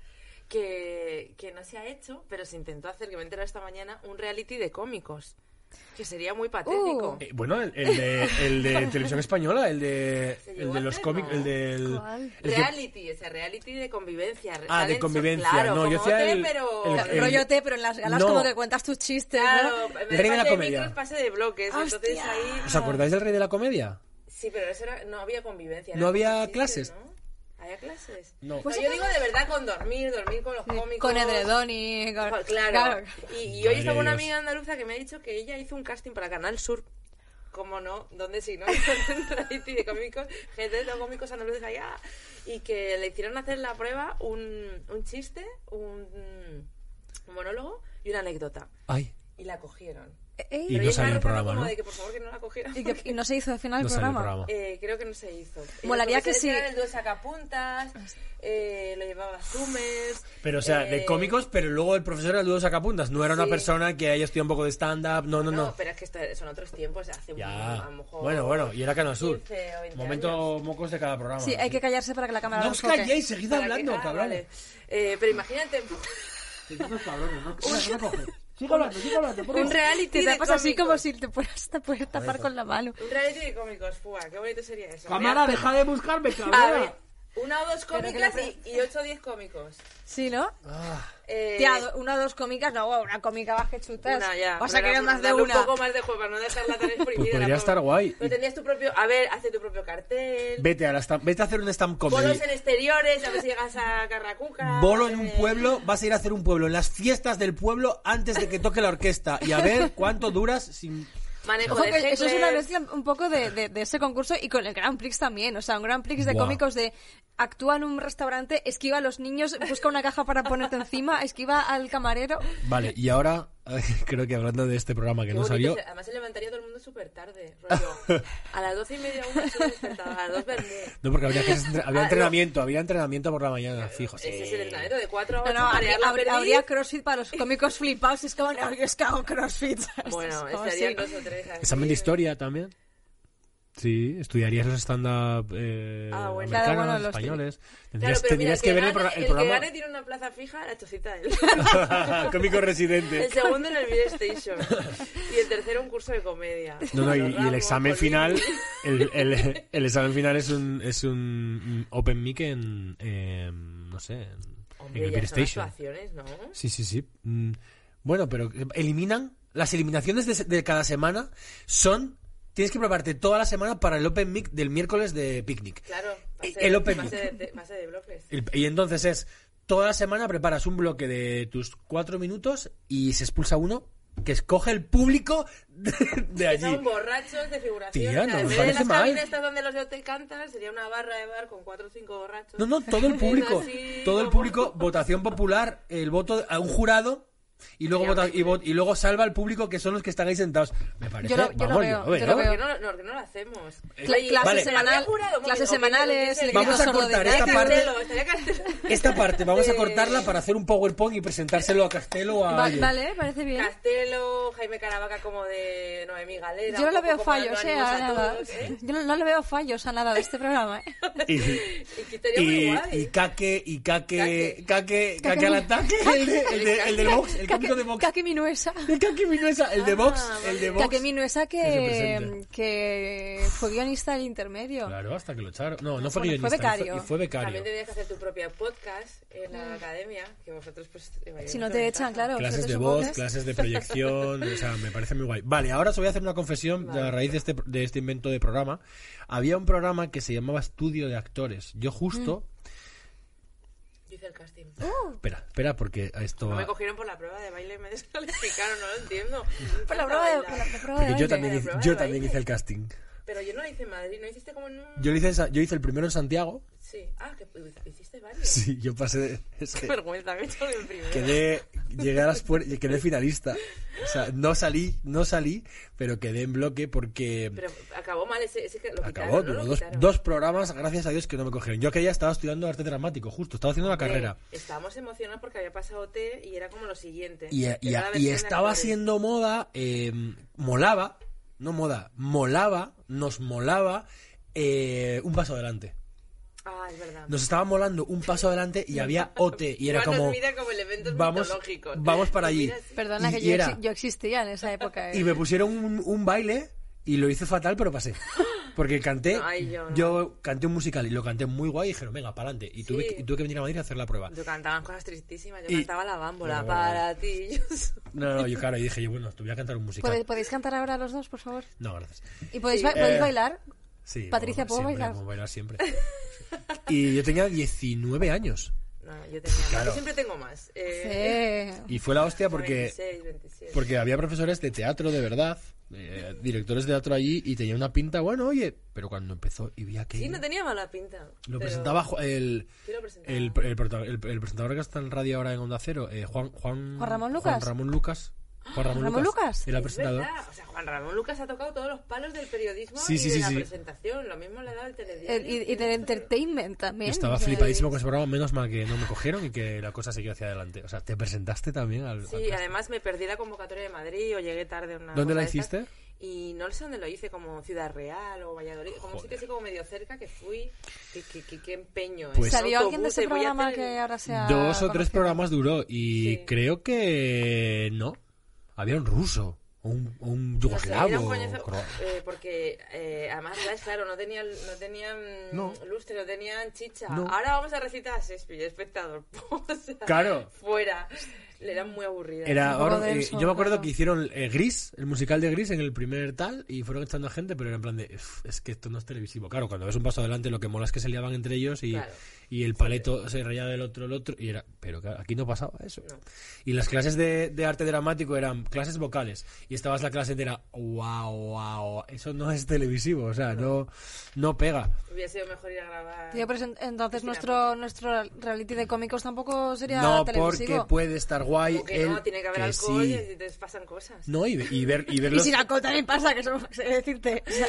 que, que no se ha hecho, pero se intentó hacer, que me he enterado esta mañana, un reality de cómicos. Que sería muy
Uh.
patético.
Eh, bueno, el, el de, el de Televisión Española, el de,
¿Se llegó
el de
a
los
hacer,
cómics,
no?
el del...
¿Cuál?
el que-
Reality, ese reality de convivencia.
Ah, de
talent show,
convivencia,
Claro,
no, yo
como
hacía
hotel,
el-
pero...
el-
El rollo té, pero en las galas
No.
como que cuentas tus chistes, ¿no?
Claro, me
Rey de la
pasé
comedia.
micros, pasé de bloques, entonces
Hostia.
ahí...
¿Os acordáis del Rey de la Comedia?
Sí, pero eso era, no había convivencia.
No
era
había
como
clases.
¿no? ¿Había clases?
No.
Pues
yo digo de verdad con dormir, dormir con los cómicos.
Con edredón y... con-
Con- Claro. Y, y hoy
Madre
estaba una
Dios.
amiga andaluza que me ha dicho que ella hizo un casting para Canal Sur. ¿Cómo no? ¿Dónde sí, no? Un reality de cómicos, gente de cómicos andaluces allá. Y que le hicieron hacer la prueba un, un chiste, un, un monólogo y una anécdota.
Ay.
Y la cogieron.
Ey,
Pero
Y no
ella
salió el
estaba rezando
programa,
como
¿no?
de que por favor que no la cogieron.
Y, que- y no se hizo al final
No
el
salió el
programa.
programa.
Eh, creo que no se hizo. Eh,
Molaría
porque
que
se
sí.
le tiraban el dos sacapuntas, eh, lo llevaba Summers.
Pero, o sea, de
eh,
cómicos, pero luego el profesor era el dúo sacapuntas. No era una
Sí.
persona que haya estudiado un poco de stand-up. No, no,
No,
no.
pero es que esto son otros tiempos, hace un, a
Ya.
lo mejor.
Bueno, bueno, y era Canal Sur.
15 o 20
Momento mocos de cada programa.
Sí, hay que callarse para que la cámara
No
lo
os
enfoque.
calléis, seguid
Para que-
hablando,
ah,
cabrones.
vale. Eh, pero imagínate
Sigo hablando, sigo hablando. por
un
favor.
reality
Te
de
tapas
cómicos.
así como si te fueras te fueras a tapar con la mano.
Un reality de cómicos, fuga, qué bonito sería eso.
Cámara, deja de buscarme,
A ver,
cabrona.
una o dos
Pero que
cómicas
la
y, y ocho o diez cómicos.
Sí, ¿no?
Ah,
Eh,
Tía, do- una o dos cómicas, no, guau, una cómica vas que chutas.
Una ya.
Vas a
Pero
querer más de
darle
una.
Un poco más de juego para no dejarla tan exprimida.
Pues
la
podría
pobre.
estar guay.
Pero tendrías tu propio. A ver, hace tu propio cartel.
Vete a, la stand- vete a hacer un stand comedy.
Bolos en exteriores, a ver si llegas a Carracuca.
Bolo en un
eh,
pueblo, vas a ir a hacer un pueblo, en las fiestas del pueblo antes de que toque la orquesta y a ver cuánto duras sin...
Manejo
Ojo,
de
que eso es
heckler.
una mezcla un poco de, de- de ese concurso y con el Grand Prix también. O sea, un Grand Prix de
Buah.
cómicos de actúa en un restaurante, esquiva a los niños, busca una caja para ponerte encima, esquiva al camarero.
Vale, y ahora creo que hablando de este programa que
Qué
no
bonito,
salió.
se- Además se levantaría todo el mundo súper tarde. rollo, a las doce y media aún se despertaba, a las dos vermú.
No, porque habría, que entre- había
Ah,
entrenamiento, había entrenamiento por la mañana, fijo.
Ese es
sí.
el entrenamiento de cuatro a
No,
ocho,
no, habría,
marear la
habría-
perdiz.
habría crossfit para los cómicos flipados. Es como, no, yo es que hago crossfit. ¿sabes? Es
Bueno,
como,
estarían
sí.
dos o tres. así.
Examen de historia también. Sí, estudiarías los stand-up eh,
Ah, bueno.
americanos,
Claro, bueno, los-
españoles.
Claro,
Tendrías,
pero mira,
tendrías
el
que, ver el,
gane-
pro- el programa.
que gane tiene una plaza fija, la chocita él.
Cómico residente.
El segundo en el Video Station. Y el tercero un curso de comedia.
No, no, y,
Los
y el
Ramos,
examen
Colín.
final. El, el- el examen final es un, es un Open Mic en. eh, no sé. En,
Hombre,
en el
ya
Beer
son
Station.
actuaciones, ¿no?
Sí, sí, sí. Mm, Bueno, pero eh, eliminan. Las eliminaciones de, se- de cada semana son. Tienes que prepararte toda la semana para el Open Mic del miércoles de Picnic.
Claro.
El-
base-
el Open
base
Mic.
de- de- base de bloques.
El- Y entonces es, toda la semana preparas un bloque de tus cuatro minutos y se expulsa uno que escoge el público de, de
Que
allí.
son borrachos de figuración.
Tía,
o sea,
no
en vez
me
de
parece
las
mal.
cabinas estas donde los de te cantan, sería una barra de bar con cuatro o cinco borrachos.
No, no, todo el público,
Así,
todo el
como-
público, votación popular, el voto a un jurado y luego,
Ya,
pues,
vota- y,
hombre.
vot- y luego salva al público que son los que están ahí sentados. Me parece,
eh. Yo lo- yo lo
vamos,
veo,
yo
yo
lo veo.
lo
¿Por
veo.
qué no, no, por qué no lo hacemos?
Cla- clase
Eh, vale.
semanal- clases semanales, le
Vamos a
sordo de
cortar
Italia.
esta parte. Esta parte vamos a cortarla para hacer un PowerPoint y presentárselo a Castelo o a
Va-
alguien.
vale, parece bien.
Castelo, Jaime Caravaca como de Noemí Galera.
Yo no
un
le
poco
veo
como
fallos,
dando
eh,
ánimos
a
a
nada.
todos, ¿eh?
Yo no, no le veo fallos a nada de este programa, ¿eh?
Y-
Y que estaría muy
y,
guay.
y Kake, y Kake,
Kake.
Kake, Kake al ataque, el de, el de, el de Vox, el cómico de Vox.
Kakemi Nuesa.
El Kake Minuesa, el de Vox,
vale.
el de Vox.
Kakemi Nuesa
se
que,
presente.
que fue guionista del intermedio.
Claro, hasta que lo echaron. No, no fue
Bueno,
guionista,
fue
y
becario.
y fue becario.
También tendrías que hacer tu propia podcast en la academia, que vosotros pues... llevaríais
Mm. Si no
mucha
te
ventaja.
echan, claro.
Clases
vosotros
de
supongo
voz,
que-
clases de proyección, o sea, me parece muy guay. Vale, ahora os voy a hacer una confesión de a raíz de este, de este invento de programa. Había un programa que se llamaba Estudio de Actores. Yo justo...
Hice el casting.
Espera, espera, porque a esto...
No
va-
me cogieron por la prueba de baile y me descalificaron, no lo entiendo.
Por la prueba de, por la- la prueba de
Porque
baile.
yo también,
La
hice-
prueba de
yo también
baile.
hice el casting.
Pero yo no lo hice en Madrid, ¿no hiciste como en un...?
Yo, lo hice, en Sa- yo hice el primero en Santiago.
Sí. Ah, que hiciste varios.
Sí, yo pasé... de- es que-
Qué vergüenza, me he hecho el primero.
quedé llegué a las puer- quedé finalista o sea no salí no salí pero quedé en bloque porque
Pero acabó mal ese, ese que lo quitaron,
acabó
¿no?
duró
Lo
dos,
quitaron.
dos programas gracias a dios que no me cogieron yo que ya estaba estudiando arte dramático justo estaba haciendo la
Eh,
carrera
Estábamos emocionados porque había pasado T y era como lo siguiente.
y, y-
Era la
y
versión de
estaba
actores.
siendo moda eh, molaba no moda molaba nos molaba eh, un paso adelante
Ah, es verdad.
nos estaba molando un paso adelante y había OT y era
Juan nos
como
mira como elementos
vamos
mitológicos.
vamos para
Nos
allí
mira así.
Perdona
Y-
que
y
yo,
era-
exi- yo existía en esa época. ¿eh?
Y me pusieron un, un baile y lo hice fatal, pero pasé. Porque canté,
No, ay, yo no.
canté un musical y lo canté muy guay y dijeron, venga, para adelante. Y, tuve,
Sí.
que- y tuve que venir a Madrid a hacer la prueba.
Yo cantaban cosas tristísimas, yo
Y-
cantaba la bámbola
Bueno, bueno,
para ti. yo soy-
No, no, yo claro, y dije, yo, bueno, te voy a cantar un musical.
¿Pode- ¿Podéis cantar ahora los dos, por favor?
No, gracias.
¿Y podéis, ba-
Eh.
podéis bailar?
Sí,
Patricia,
puedo
¿puedo
siempre,
bailar?
puedo bailar siempre. Y yo tenía 19 años.
No, yo tenía más.
Claro.
Yo siempre tengo más. Eh,
Sí.
Y fue la hostia porque,
26, 27.
porque había profesores de teatro de verdad, eh, directores de teatro allí, y tenía una pinta, bueno, oye, pero cuando empezó y vi que
Sí, no tenía mala pinta.
Lo
pero-
presentaba Ju- el,
¿Quién lo presentaba?
el, el prota- el- el presentador que está en radio ahora en Onda Cero, eh, Juan, Juan,
Juan Ramón Lucas. Ah,
Juan Ramón Lucas. Juan Ramón,
Ramón Lucas.
Era
Es
presentador.
verdad, O sea, Juan Ramón Lucas ha tocado todos los palos del periodismo
Sí,
y
sí,
de
sí,
la
sí.
presentación. Lo mismo le ha dado el
El-
telediario.
y, y del entertainment
Yo
también.
estaba
o sea,
flipadísimo con ese programa, menos mal que no me cogieron y que la cosa siguió hacia adelante. O sea, te presentaste también al. al
Sí,
casting?
además me perdí la convocatoria de Madrid o llegué tarde a una.
¿Dónde
cosa
la
de estas,
hiciste?
Y no sé dónde lo hice, como Ciudad Real o Valladolid, como un sitio así como medio cerca que fui. Qué, qué- qué- qué empeño. ¿eh?
Pues-
¿Salió
Autobús,
alguien de ese
voy a
programa
hacer el-
que ahora sea
Dos o tres
conocido?
programas duró y
Sí.
creo que. No. Había un ruso. O un, o un
No sé, era
yugoslavo.
un coñazo,
croa-
eh, porque eh, además, ¿sabes? claro, no tenían, no tenían
No.
lustre, no tenían chicha.
No.
Ahora vamos a recitar a Shakespeare, espectador. O sea,
Claro.
Fuera. le eran muy aburridas.
Era
Un poco
ahora, eh,
denso,
yo me acuerdo
claro.
que hicieron eh, Gris, el musical de Gris, en el primer tal, y fueron echando a gente, pero era en plan de, "Uf, es que esto no es televisivo. Claro, cuando ves un paso adelante, lo que mola es que se liaban entre ellos y,
Claro.
y el paleto se rayaba del otro al otro, y era, pero claro, aquí no pasaba eso.
No.
Y las clases de, de arte dramático eran clases vocales, y estabas la clase entera, wow, wow, eso no es televisivo, o sea, no, no pega.
Hubiera sido mejor ir a grabar.
Tío, pero en- entonces nuestro, nuestro reality de cómicos tampoco sería
No porque
televisivo.
puede estar guay.
Como que no,
el
tiene que haber
que
alcohol
sí.
y te pasan cosas.
No, y, ve- y ver, y ver
Y
los-
sin alcohol también pasa, que eso sé decirte. O sea,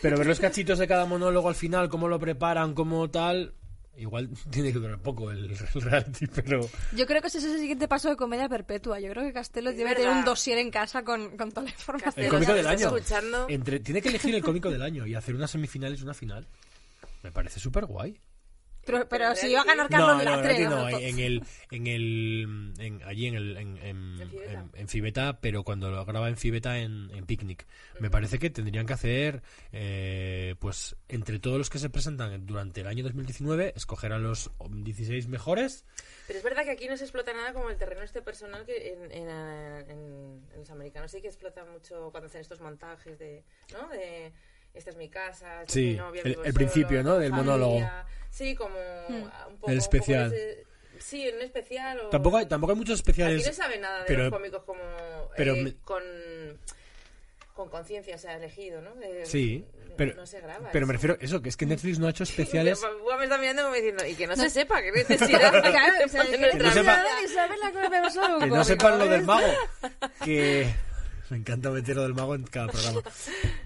Pero ver los cachitos de cada monólogo al final, cómo lo preparan, cómo tal. Igual tiene que durar poco el, el reality, pero.
yo creo que ese es el siguiente paso de comedia perpetua. Yo creo que Castelo
Es
debe tener
verdad.
un dossier en casa con, con toda la información.
Pero
El cómico
nos
del año.
estás escuchando.
Entre, tiene que elegir el cómico del año y hacer unas semifinales y una final. Me parece súper guay.
Pero, pero si iba a ganar Carlos
Eh, no, no,
Latre.
reality no,
¿no? Pues
en, en el. En el en- allí en el. En, en,
En Fibeta.
en- en Fibeta, pero cuando lo graba en Fibeta en, en Picnic. Me parece que tendrían que hacer. eh, pues entre todos los que se presentan durante el año 2019, escoger a los 16 mejores.
Pero es verdad que aquí no se explota nada como el terreno este personal que en, en, eh, en- en los americanos sí que explotan mucho cuando hacen estos montajes de, ¿no? De esta es mi casa, esta
Sí,
es mi novia,
el-
vivo
el
solo,
principio, ¿no? Del
familia.
monólogo.
Sí, como
Hmm.
ah, un poco
El
un poco
especial.
ese- sí, un especial o...
Tampoco hay, tampoco hay muchos
Aquí
especiales.
no sabe nada de
pero-
los cómicos como
pero
eh,
me-
con con conciencia se ha elegido, ¿no? De-
Sí,
no-
pero,
no se graba.
pero me
eso.
refiero eso, que es que Netflix no ha hecho especiales.
Pero Bua me está mirando como diciendo y que no,
No.
se sepa que necesidad
Claro,
de
o sea,
poner
que
no
otra
sepa-
vida.
de saber la cosa, pero solo un
Que no
cómico,
sepan lo del
¿ves?
mago. Que me encanta meter lo del mago en cada programa.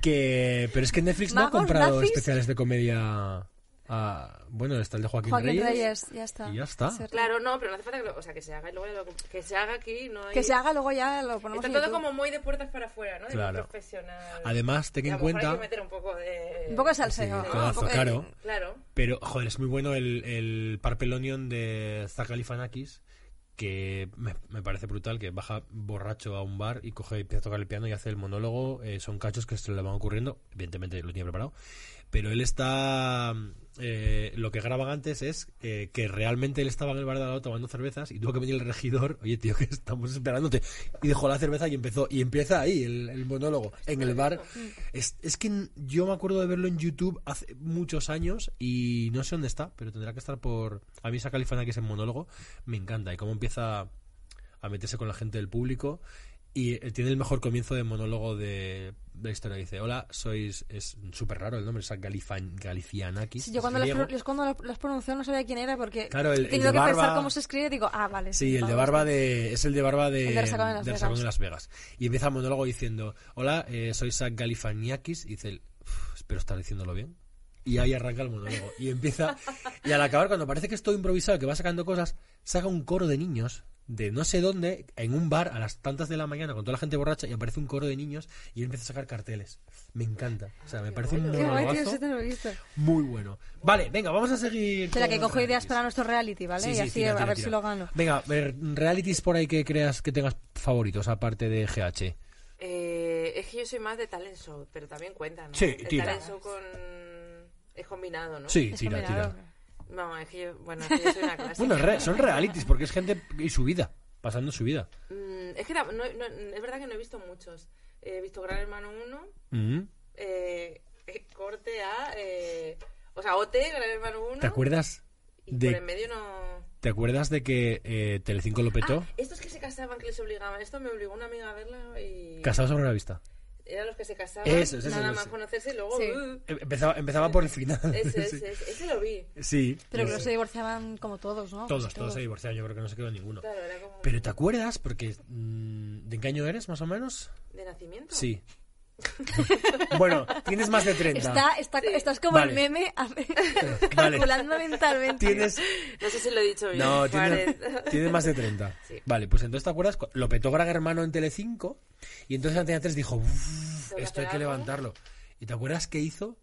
Que pero es que Netflix no ha
Magos,
comprado
nazis.
especiales de comedia. a- bueno, está el de Joaquín,
Joaquín
Reyes.
Reyes, ya está.
Y ya está.
Se-
Claro, no, pero no hace falta que, lo- o sea, que se haga y luego lo- que se haga aquí, no hay...
Que se haga luego ya lo ponemos
Está
en
todo
YouTube.
como muy de puertas para afuera, ¿no? De
Claro.
muy profesional.
Además, ten
Y a
en
lo mejor
cuenta.
pues Hay que meter un poco de...
Un poco de salseo.
Sí,
¿no?
codazo,
Un poco de-
claro.
Claro.
Pero, joder, es muy bueno el, el Parpelonion de Zach Galifianakis, que me, me parece brutal, que baja borracho a un bar y coge y empieza a tocar el piano y hace el monólogo. eh, son cachos que se le van ocurriendo, evidentemente lo tiene preparado. Pero él está... eh, lo que graban antes es eh, que realmente él estaba en el bar de al lado tomando cervezas y tuvo que venir el regidor, oye tío, que estamos esperándote. Y dejó la cerveza y empezó, y empieza ahí el, el monólogo, en el bar. Es, es que n- yo me acuerdo de verlo en YouTube hace muchos años y no sé dónde está, pero tendrá que estar por... A mí esa califana que es el monólogo, me encanta. Y cómo empieza a meterse con la gente del público. Y eh, tiene el mejor comienzo de monólogo de, de la historia. Dice, hola, sois... Es súper raro el nombre, es Galicianakis.
Sí, yo cuando los, pro- los- cuando los- los pronunció no sabía quién era porque
Claro, el-
he
el
tenido
de
que
barba-
pensar cómo se escribe y digo, ah, vale.
Sí, el de
vale,
barba de... Es el de barba de...
El de Resacón en Las
del Resacón
Vegas.
en Las Vegas. Y empieza el monólogo diciendo, hola, eh, soy Zach Galifaniakis. Y dice, el, "Uf, espero estar diciéndolo bien. Y ahí arranca el monólogo. Y empieza... Y al acabar, cuando parece que es todo improvisado, que va sacando cosas, saca un coro de niños de no sé dónde, en un bar a las tantas de la mañana, con toda la gente borracha, y aparece un coro de niños y él empieza a sacar carteles. Me encanta. O sea, me parece un
Qué guay, tío, este
monólogo
ese te lo he visto.
muy bueno. Vale, venga, vamos a seguir...
Espera, que
con
cojo ideas
realities.
para nuestro reality, ¿vale?
Sí,
y
sí,
así
tira,
a
tira,
ver
tira.
si lo gano.
Venga, ver, realities por ahí que creas que tengas favoritos, aparte de GH.
Eh, es que yo soy más de talent show, pero también cuenta, ¿no?
Sí,
El
tira.
talent show con... Es combinado, ¿no?
Sí,
Es
tira,
combinado.
tira.
No, es que yo... Bueno, es que yo soy una clase.
Bueno, re- son realities porque es gente y su vida, pasando su vida.
Mm, es que tam- no- no- es verdad que no he visto muchos. He visto Gran Hermano 1,
Mm.
eh, eh, corte a. eh, o sea, OT, Gran Hermano 1.
¿Te acuerdas
Y por en
de
medio no.
te acuerdas de que eh, Telecinco lo petó?
Ah, estos que se casaban, que les obligaban. Esto me obligó una amiga a verla y.
Casados sobre la vista.
Eran los que se casaban.
Eso, eso,
nada
eso,
más
sí.
conocerse y luego.
Sí.
uh,
Em- Empezaba, empezaba por el final.
ese,
sí.
ese, ese, ese lo vi.
Sí.
Pero que
Sí.
no se divorciaban como todos, ¿no?
Todos,
Casi
todos se divorciaron, yo creo que no se quedó ninguno.
Claro, era como.
Pero ¿te acuerdas? Porque... mm, ¿De qué año eres, más o menos?
¿De nacimiento?
Sí. bueno, tienes más de 30.
Está, está, Estás como el
Vale.
meme a- calculando mentalmente.
Tienes...
No sé si lo he dicho bien.
No, tiene,
Juárez.
tiene más de 30.
Sí.
Vale, pues entonces te acuerdas, Cu- lo petó Gran Hermano en Telecinco y entonces Antena 3 dijo, "Uf,
¿Tengo que
esto hay
hacer
que
algo?"
levantarlo. ¿Y te acuerdas que hizo?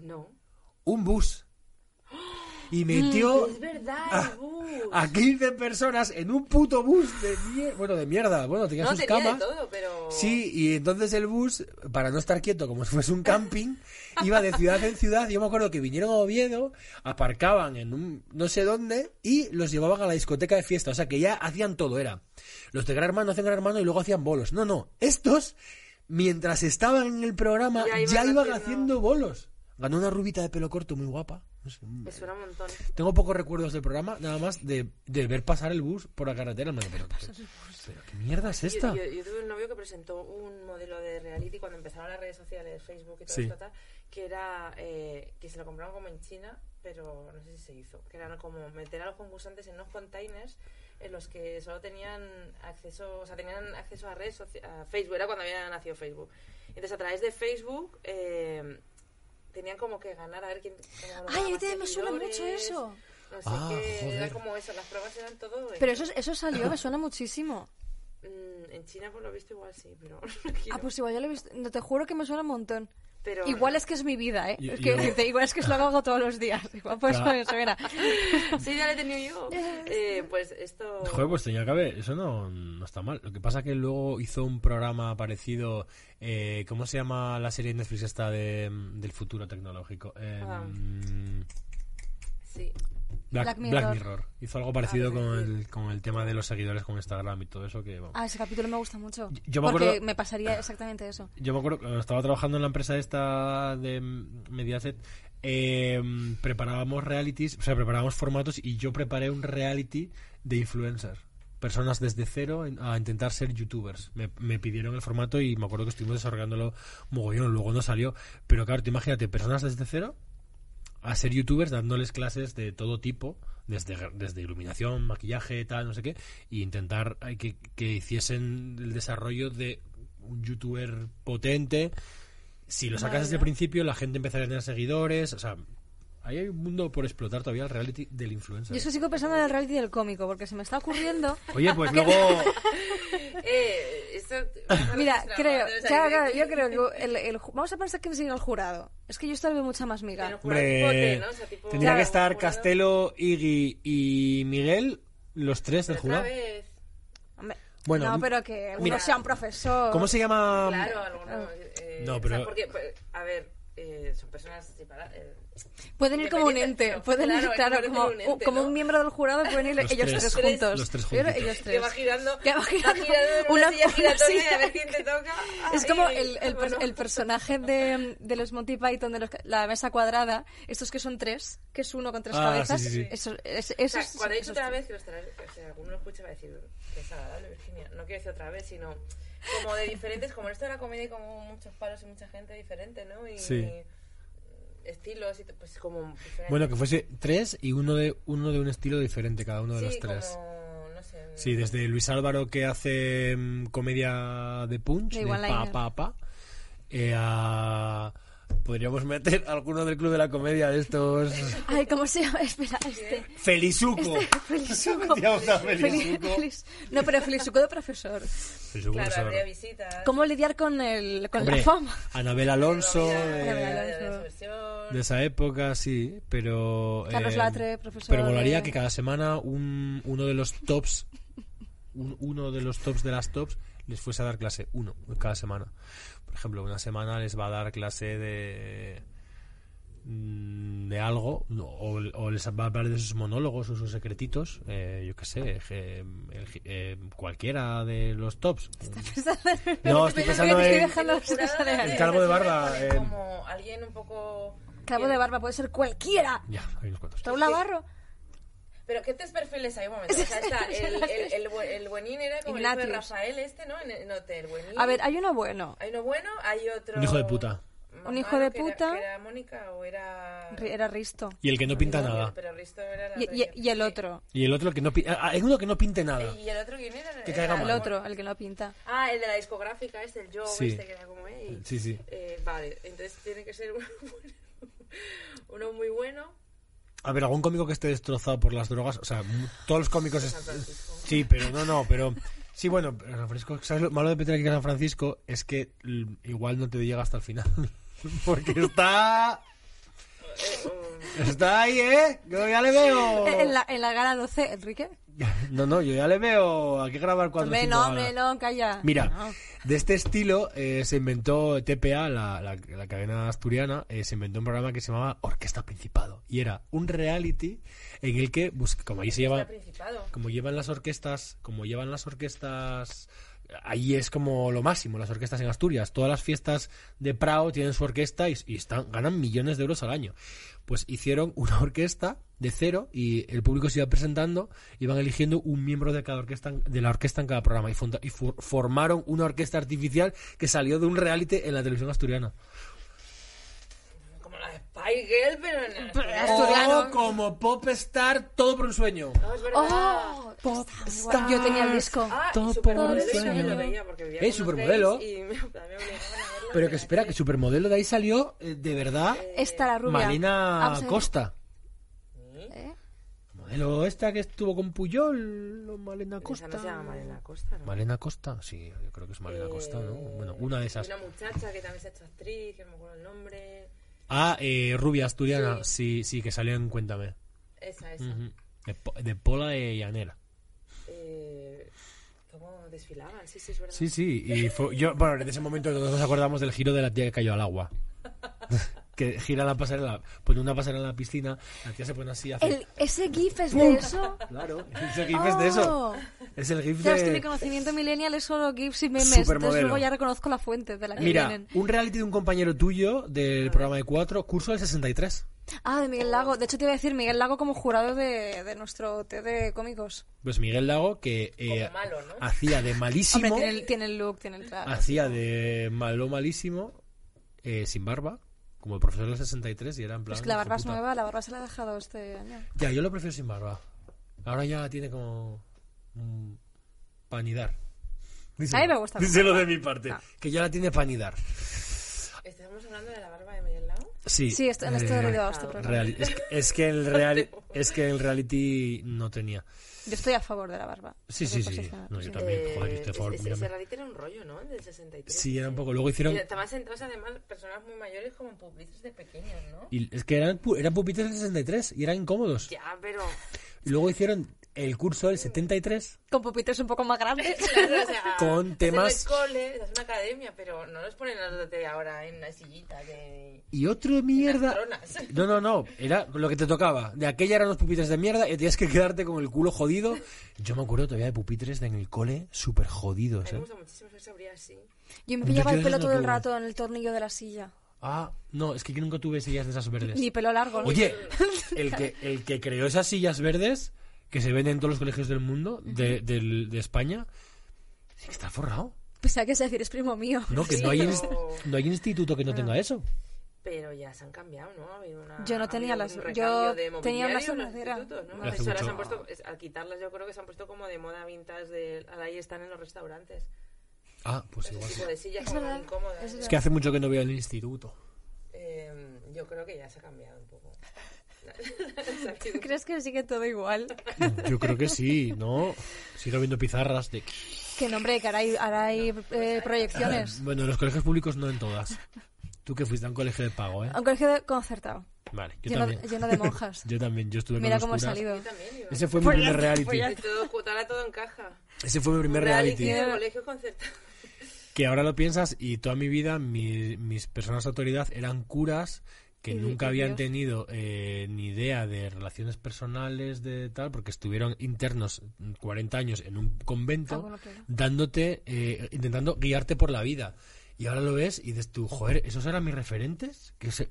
No.
Un bus. y metió
Es verdad,
Ah,
el bus.
a 15 personas en un puto bus de mierda. Bueno, de mierda. Bueno, tenía
no
sus
tenía
camas.
de todo, pero.
Sí, y entonces el bus, para no estar quieto como si fuese un camping, iba de ciudad en ciudad. Yo me acuerdo que vinieron a Oviedo, aparcaban en un no sé dónde y los llevaban a la discoteca de fiesta. O sea que ya hacían todo, era. Los de Gran Hermano hacían Gran Hermano y luego hacían bolos. No, no, estos, mientras estaban en el programa,
Ya
ya
iban
iban,
haciendo-
haciendo... bolos. Ganó una rubita de pelo corto muy guapa. No sé, mm.
Me suena un montón.
Tengo pocos recuerdos del programa, nada más de, de ver pasar el bus por la carretera. Me pero, pero, pero ¿qué mierda es
Yo,
esta?
yo- yo tuve un novio que presentó un modelo de reality cuando empezaron las redes sociales, Facebook y todo
Sí.
esto, tal, que era eh, que se lo compraron como en China, pero no sé si se hizo, que eran como meter a los concursantes en unos containers en los que solo tenían acceso, o sea, tenían acceso a redes socia- a Facebook, era cuando había nacido Facebook. Entonces, a través de Facebook eh, tenían como que ganar a ver quién... cómo ganaba
Ay,
más
a mí me suena mucho
seguidores,
eso.
No sé
Ah,
qué, era
joder.
como eso, las pruebas eran todo... en-
Pero eso, eso salió, me suena muchísimo.
Mm, en China, por lo visto, igual sí, pero.
Ah, pues igual yo lo he visto. No, te juro que me suena un montón.
Pero-
Igual es que es mi vida, ¿eh?
Yo-
Es que
yo-
decirte, igual es que es lo que hago todos los días. Igual por eso
Claro.
me suena.
sí, ya lo he tenido yo. Eh, pues esto.
Joder, pues tenía que haber. Eso no, no está mal. Lo que pasa que luego hizo un programa parecido. eh, ¿Cómo se llama la serie de Netflix esta de, mm, del futuro tecnológico? Eh,
Ah. Sí.
Black,
Black
Black
Mirror.
Mirror. Hizo algo parecido
Ah,
con,
sí.
el, con el tema de los seguidores con Instagram y todo eso. que vamos.
Ah, ese capítulo me gusta mucho.
Yo- yo me
porque
acuerdo-
me pasaría exactamente eso.
Yo me acuerdo que cuando estaba trabajando en la empresa esta de mm, Mediaset. eh, preparábamos realities, o sea, preparábamos formatos y yo preparé un reality de influencers. Personas desde cero en- a intentar ser youtubers. Me, me pidieron el formato y me acuerdo que estuvimos desarrollándolo mogollón, luego no salió. Pero claro, te imagínate, personas desde cero a ser youtubers dándoles clases de todo tipo, desde, desde iluminación, maquillaje, tal, no sé qué, e intentar eh, que, que hiciesen el desarrollo de un youtuber potente. Si lo sacas
Vale.
desde el principio, la gente empezaría a tener seguidores, o sea, ahí hay un mundo por explotar todavía el reality del
Yo
influencer.
es que sigo pensando en el reality del cómico, porque se me está ocurriendo.
Oye, pues luego...
Eh, esto.
Mira, creo,
O sea,
claro, claro,
que-
yo creo que el, el ju- vamos a pensar que enseña el jurado. Es que yo esto le veo mucha más miga.
El jurado tipo hotel,
Hombre,
¿no? O sea, tipo-
tendría
Claro,
que estar
jurado.
Castelo, Iggy y Miguel, los tres del
Otra
jurado.
vez.
Hombre,
Bueno,
no, pero que uno
mira.
sea un profesor.
¿Cómo se llama?
Claro, alguno. eh,
No,
o sea,
pero-
porque, pues, a ver, eh, son personas separadas. eh,
Pueden ir como un
Independiente,
ente,
no.
pueden ir,
Claro, hay
claro,
que
como,
ponerle un ente,
como
¿no?
un miembro del jurado pueden ir
Los
ellos
tres.
tres,
Los
juntos.
tres
Pero
juntitos.
ellos
que va
tres.
girando.
Que va girando
en
una-
una silla
una
giratoria y a
silla.
ver quién te toca.
Es como
Ay,
el, el per-
bueno.
el personaje de, de los Monty Python, de los ca- la mesa cuadrada, estos que son tres, que es uno con tres
Ah,
cabezas.
sí, sí, sí.
Eso, es,
O sea,
esos-
cuando he dicho
esos
otra
tres.
vez que los traes, o sea, alguno lo escucha y va a decir que es agradable, Virginia. No quiero decir otra vez, sino como de diferentes, como en esto de la comedia hay como muchos palos y mucha gente diferente, ¿no? Y,
Sí.
y estilos y t- pues como diferentes.
Bueno, que fuese tres y uno de uno de un estilo diferente cada uno de
sí,
los tres.
Como, no sé.
Sí, desde Luis Álvaro que hace mm, comedia de punch,
De
de,
one-liner.
pa pa pa, eh, a- podríamos meter alguno del club de la comedia de estos.
Ay, ¿cómo se llama? Espera, este.
Felizuco.
Este
Felizuco.
Metíamos a
Feliz-
Felizuco.
feliz- no, pero Felizuco de profesor.
Felizuco,
Claro,
profesor.
habría visitas.
¿Cómo lidiar con, el, con
Hombre,
la fama?
Anabel Alonso
habría-
eh,
Anabel
habría
Alonso.
diversión.
de esa época, sí, pero.
Carlos
eh,
Latre, profesor
Pero molaría
de-
que cada semana un- uno de los tops, un- uno de los tops de las tops, les fuese a dar clase. Uno, cada semana. Por ejemplo, una semana les va a dar clase de. mm, de algo, no, o, o les va a hablar de sus monólogos o sus secretitos, eh, yo qué sé, je- el je- eh, cualquiera de los tops. No, estoy pensando
Estoy
en.
dejando
El
las cosas
jurado
en
de-
el-
El calvo de barba,
siempre
eh.
pone Como alguien un poco.
Cabo de barba puede ser cualquiera.
Ya, hay unos cuantos.
Raúl Navarro.
Pero ¿qué tres perfiles hay? Un momento. O sea, está el, el, el, bu- el buenín era como el hijo de
Ignatius.
Rafael este, ¿no? En el, no, el buenín.
A ver, hay uno bueno.
Hay uno bueno, hay otro...
Un hijo de puta.
más
Un hijo
malo,
de
que era-
puta.
que era Mónica o era...
Ri- Era Risto.
Y el que no pinta nada.
Pero Risto era la
Y, y-
reina.
y el otro.
Y el otro que no pinta. ah, Hay uno que no pinte nada.
¿Y el otro quién era?
Que caiga
Era-
El
mal.
otro, el que no pinta.
Ah, el de la discográfica, este, el Joe,
Sí.
este que era como él.
Sí, sí.
Eh, vale, entonces tiene que ser uno, bueno, uno muy bueno.
A ver, algún cómico que esté destrozado por las drogas. O sea, m- todos los cómicos. es- Sí, pero no, no, pero. Sí, bueno, pero San Francisco. ¿Sabes lo malo de Peter aquí en San Francisco? Es que l- igual no te llega hasta el final. Porque está.
Eh, um,
Está ahí, ¿eh? Yo ya le veo.
En la, en la gala 12, Enrique.
No, no, yo ya le veo. Hay que grabar cuatro
Hombre,
cinco
no,
galas.
hombre, no, calla.
Mira,
No.
de este estilo eh, se inventó TPA, la, la- la cadena asturiana, eh, se inventó un programa que se llamaba Orquesta Principado. Y era un reality en el que, bus- como allí se lleva,
Principado.
como llevan las orquestas, como llevan las orquestas, ahí es como lo máximo, las orquestas en Asturias. Todas las fiestas de Prado tienen su orquesta y, y están, ganan millones de euros al año. Pues hicieron una orquesta de cero y el público se iba presentando, iban eligiendo un miembro de cada orquesta, en- de la orquesta en cada programa y, funda- y for- formaron una orquesta artificial que salió de un reality en la televisión asturiana.
Como la de Spy Girl, pero en
Asturiano.
O Oh, como pop star, todo por un sueño.
No, es verdad.
¡Oh! Yo tenía el disco.
Ah,
Todo
y
por
Supermodelo yo
sueño.
también lo veía porque vivía con
Ey,
los
Supermodelo.
gays Y me, también obligaban a verlo.
Pero que espera, que Supermodelo de ahí salió eh, de verdad
Esta la rubia.
Malena
Vamos a ver.
Costa.
¿Eh?
Modelo esta que estuvo con Puyol, o Malena Costa.
Esa no se llama Malena Costa, ¿no?
Malena Costa, sí, yo creo que es Malena Costa, ¿no?
Eh,
Bueno, una de esas.
y Una muchacha que también se ha hecho actriz, que no me acuerdo el nombre.
Ah, eh, Rubia Asturiana, sí. sí, que salió en Cuéntame.
Esa, esa.
Ujú. de, Po- de Pola de Llanera.
Eh, ¿Cómo desfilaban? Sí, sí, es verdad.
Sí, sí, y fue- yo, bueno, en ese momento todos nos acordamos del giro de la tía que cayó al agua. que gira la pasarela, pone una pasarela en la piscina, la tía se pone así, hace...
El- ¿Ese GIF es de eso?
Claro, ese gif es de eso.
Oh.
Es el gif
Claro, es que mi
de...
conocimiento millennial es solo GIFs y memes. Entonces
Supermodelo.
luego ya reconozco la fuente de la que
Mira,
vienen.
un reality de un compañero tuyo del programa de cuatro, curso del 63.
Ah, de Miguel Lago. De hecho, te iba a decir Miguel Lago como jurado de, de nuestro té de cómicos.
Pues Miguel Lago, que eh,
Como malo, ¿no?
hacía de malísimo,
Hombre, tiene el, tiene el look, tiene el traje.
hacía de malo malísimo, eh, sin barba, como el profesor del 63 y era en plan...
Es que la barba es
hijo puta.
nueva, la barba se la ha dejado este año.
Ya, yo lo prefiero sin barba. Ahora ya tiene como... mm, panidar. Díselo.
A mí me gusta más.
Díselo de mi parte.
Ah.
Que ya la tiene panidar.
¿Estamos hablando de la barba de Miguel Lago?
Sí,
Sí, esto, en este
eh,
rodeo, este programa.
real- es, que- es que el real, es que el reality no tenía.
Yo estoy a favor de la barba.
Sí,
Estoy
sí, sí.
posicionada,
No, yo
sí.
también. Joder, yo estoy a favor,
Eh, es- es-
mírame.
Ese reality era un rollo, ¿no? El del 63.
Sí, era un poco. Luego hicieron
Y estaban sentados además personas muy mayores como en pupitres de pequeños, ¿no?
Y es que eran, pu- eran pupitres del 63 y eran incómodos.
Ya, pero...
Y luego hicieron el curso del 73.
Con pupitres un poco más grandes.
Claro, o sea,
Con
hacer
temas-
el cole, hacer una academia, pero no los ponen a los de ahora en una sillita de...
Y otro mierda.
Tronas.
No, no, no. Era lo que te tocaba. De aquella eran los pupitres de mierda y tenías que quedarte con el culo jodido. Yo me acuerdo todavía de pupitres de en el cole súper
A
jodidos,
mí me
¿eh?
gusta muchísimo ser sabría así.
Yo me pillaba el
Yo
pelo
no
todo el
tuve.
rato en el tornillo de la silla.
Ah, no, es que yo nunca tuve sillas de esas verdes.
Ni pelo largo. ¿no?
Oye, el que, el que creó esas sillas verdes que se venden en todos los colegios del mundo, de, del- de España, sí que está forrado.
Pensaba que ibas a decir, es primo mío.
No, que
Sí,
no hay,
pero-
ins- no hay instituto que no
Ah.
tenga eso.
Pero ya se han cambiado, ¿no? Ha habido una,
Yo no
ha
tenía
habido
las-
un
yo
recambio de
tenía
mobiliario
unas
en los
sombreras.
institutos, ¿no?
Hace
Eso ahora
mucho.
se han puesto, es- al quitarlas yo creo que se han puesto como de moda vintage, de, ahora ahí están en los restaurantes.
Ah, pues
Ese
igual. sí.
tipo de sillas
Es
como
verdad,
incómodas.
es
Es que hace mucho que no veo el instituto.
Eh, yo creo que ya se ha cambiado un poco.
¿Tú crees que sigue todo igual?
Mm, Yo creo que sí, ¿no? Sigo viendo pizarras de...
Que nombre, que ahora hay, ahora hay, eh, proyecciones.
Bueno, en los colegios públicos no en todas. Tú que fuiste a un colegio de pago, ¿eh?
A Un colegio concertado.
Vale, yo
Lleno,
también.
lleno de monjas.
Yo también, yo estuve
Mira
con
cómo he
los curas.
salido. Pues
Yo también iba.
Ese fue mi primer reality.
Y todo, ahora todo encaja.
Ese fue mi primer
Reality
reality.
de colegio concertado.
Que ahora lo piensas y toda mi vida mi- mis personas de autoridad eran curas que
Y-
nunca
y
habían
Dios.
tenido eh, ni idea de relaciones personales de tal, porque estuvieron internos 40 años en un
Ah,
convento
bueno, claro.
dándote, eh, intentando guiarte por la vida. Y ahora lo ves y dices tú, joder, ¿esos eran mis referentes? Que se...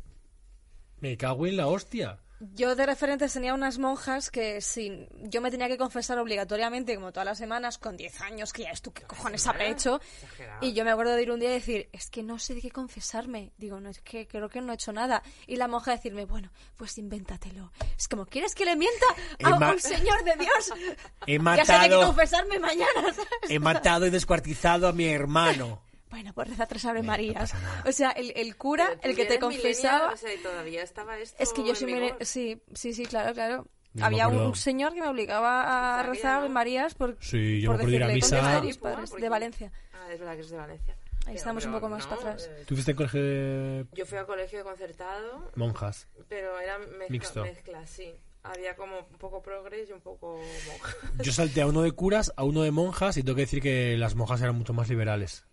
Me cago en la hostia.
Yo de referentes tenía unas monjas que sin, yo me tenía que confesar obligatoriamente, como todas las semanas, con 10 años, que ya es tú qué cojones habré hecho.
Exagerado.
Y yo me acuerdo de ir un día y decir, es que no sé de qué confesarme. Digo, no, es que creo que no he hecho nada. Y la monja decirme, bueno, pues invéntatelo. Es como, ¿quieres que le mienta a
He ma-
un señor de Dios?
He
Ya sé de qué
matado,
confesarme mañana. ¿sabes?
he matado y descuartizado a mi hermano.
Bueno, pues reza tres Ave Marías. O sea, el, el cura, el que te confesaba.
O sea, y todavía estaba esto.
Es que yo
Oh, en
sí me...
vigor.
Sí, sí, sí, claro, claro.
Yo me
Había un,
acuerdo.
un señor que me obligaba a
María,
rezar
¿no?
Marías por,
Sí, yo
por
me acuerdo de ir a
decirle,
misa.
¿dónde están
Madrid,
mis padres?
¿por
De
qué?
Valencia.
Ah, es verdad que es de Valencia.
Ahí estamos un
pero
poco más
no,
para atrás.
eh,
¿Tuviste en colegio de
Yo fui a colegio concertado,
monjas?
pero era mezcla,
Mixto.
mezcla, sí. Había como un poco progres y un poco monja.
Yo salté a uno de curas, a uno de monjas, y tengo que decir que las monjas eran mucho más liberales.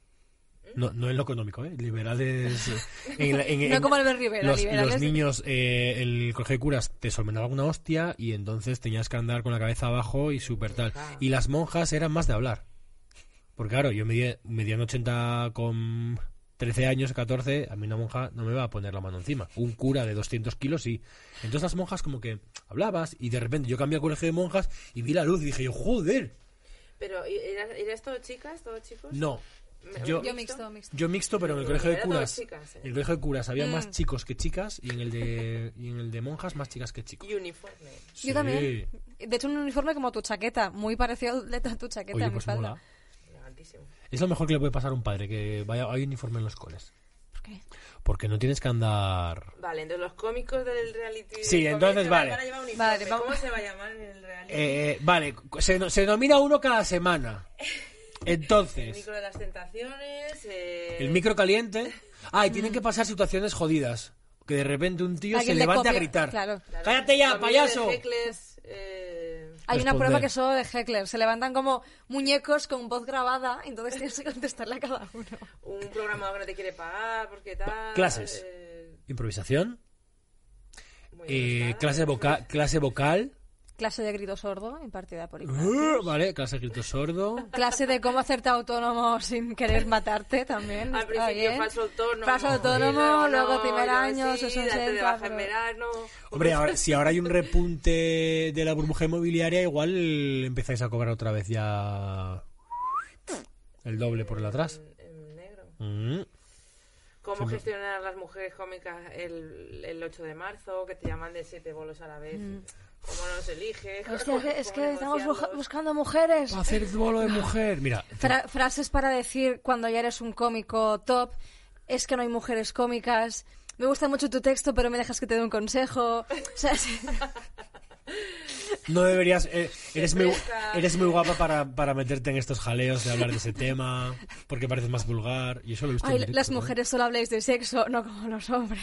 No, no en lo económico, ¿eh? Liberales. eh, en la- en-
No
en-
como Albert Rivera,
los,
liberales.
los niños, eh, el colegio de curas te solmentaba alguna hostia y entonces tenías que andar con la cabeza abajo y súper tal. Y las monjas eran más de hablar. Porque claro, yo medía, medía en 80 con 13 años, 14, a mí una monja no me va a poner la mano encima. Un cura de 200 kilos sí. Entonces las monjas como que hablabas y de repente yo cambié al colegio de monjas y vi la luz y dije yo, joder,
Pero, ¿y- ¿eras, eras todo chicas, todo chicos?
no.
Me-
Yo,
Yo mixto, mixto.
yo mixto, pero en el colegio de
Era todo
curas.
chicas, ¿eh?
En el colegio de curas había más
Mm.
chicos que chicas y en el de, y en el de monjas más chicas que chicos.
Y uniforme.
Sí.
Yo también. De hecho, un uniforme como tu chaqueta, muy parecido al de ta- tu chaqueta,
Oye,
mi
pues
falda.
mola.
Elegantísimo.
Es lo mejor que le puede pasar a un padre, que vaya hay uniforme en los coles.
¿Por qué?
Porque no tienes que andar...
Vale, entonces los cómicos del reality.
Sí,
los
entonces,
cómicos
vale.
van a llevar uniforme.
Vale, vamos-
¿Cómo se va a llamar el reality?
Eh, vale, se, no- se nomina uno cada semana.
el
Entonces,
micro de las tentaciones. eh,
el micro caliente... Ah, y tienen que pasar situaciones jodidas. Que de repente un tío se
Alguien le
levante a
copia,
gritar.
claro.
claro,
¡Cállate ya,
familia
payaso!
de Heckles, eh,
Hay una
Responder.
prueba que es solo de heckler. Se levantan como muñecos con voz grabada, entonces tienes que contestarle a cada uno.
un programador que no te quiere pagar, porque tal.
Clases.
eh,
Improvisación,
Pues
muy
eh,
bien,
clase, voca- clase vocal,
Clase de grito sordo, impartida por Ignacio.
uh, vale, clase de grito sordo.
Clase de cómo hacerte autónomo sin querer matarte también.
Al
está
principio
bien.
falso autónomo.
Falso autónomo,
y
luego primer
no,
año,
sí,
sos un
date de
centro,
baja
pero-
en verano.
Hombre, ahora- si ahora hay un repunte de la burbuja inmobiliaria, igual empezáis a cobrar otra vez ya el doble por el atrás.
En- en negro.
Mm.
¿Cómo gestionar las mujeres cómicas el, el 8 de marzo? Que te llaman de siete bolos a la vez. ¿Cómo nos eliges?
Hostia, Mm. es que- es
¿Cómo
que estamos
negociarlos?
buja- buscando mujeres.
Hacer bolo de mujer. Mira,
Fra- frases para decir cuando ya eres un cómico top. Es que no hay mujeres cómicas. Me gusta mucho tu texto, pero me dejas que te dé un consejo. O sea, sí.
no deberías. eh, eres, muy,
presta.
eres muy guapa para, para meterte en estos jaleos de hablar de ese tema, porque pareces más vulgar. Y eso lo he visto en
Ay,
directo,
las
¿eh?
mujeres solo habláis de sexo, no como los hombres.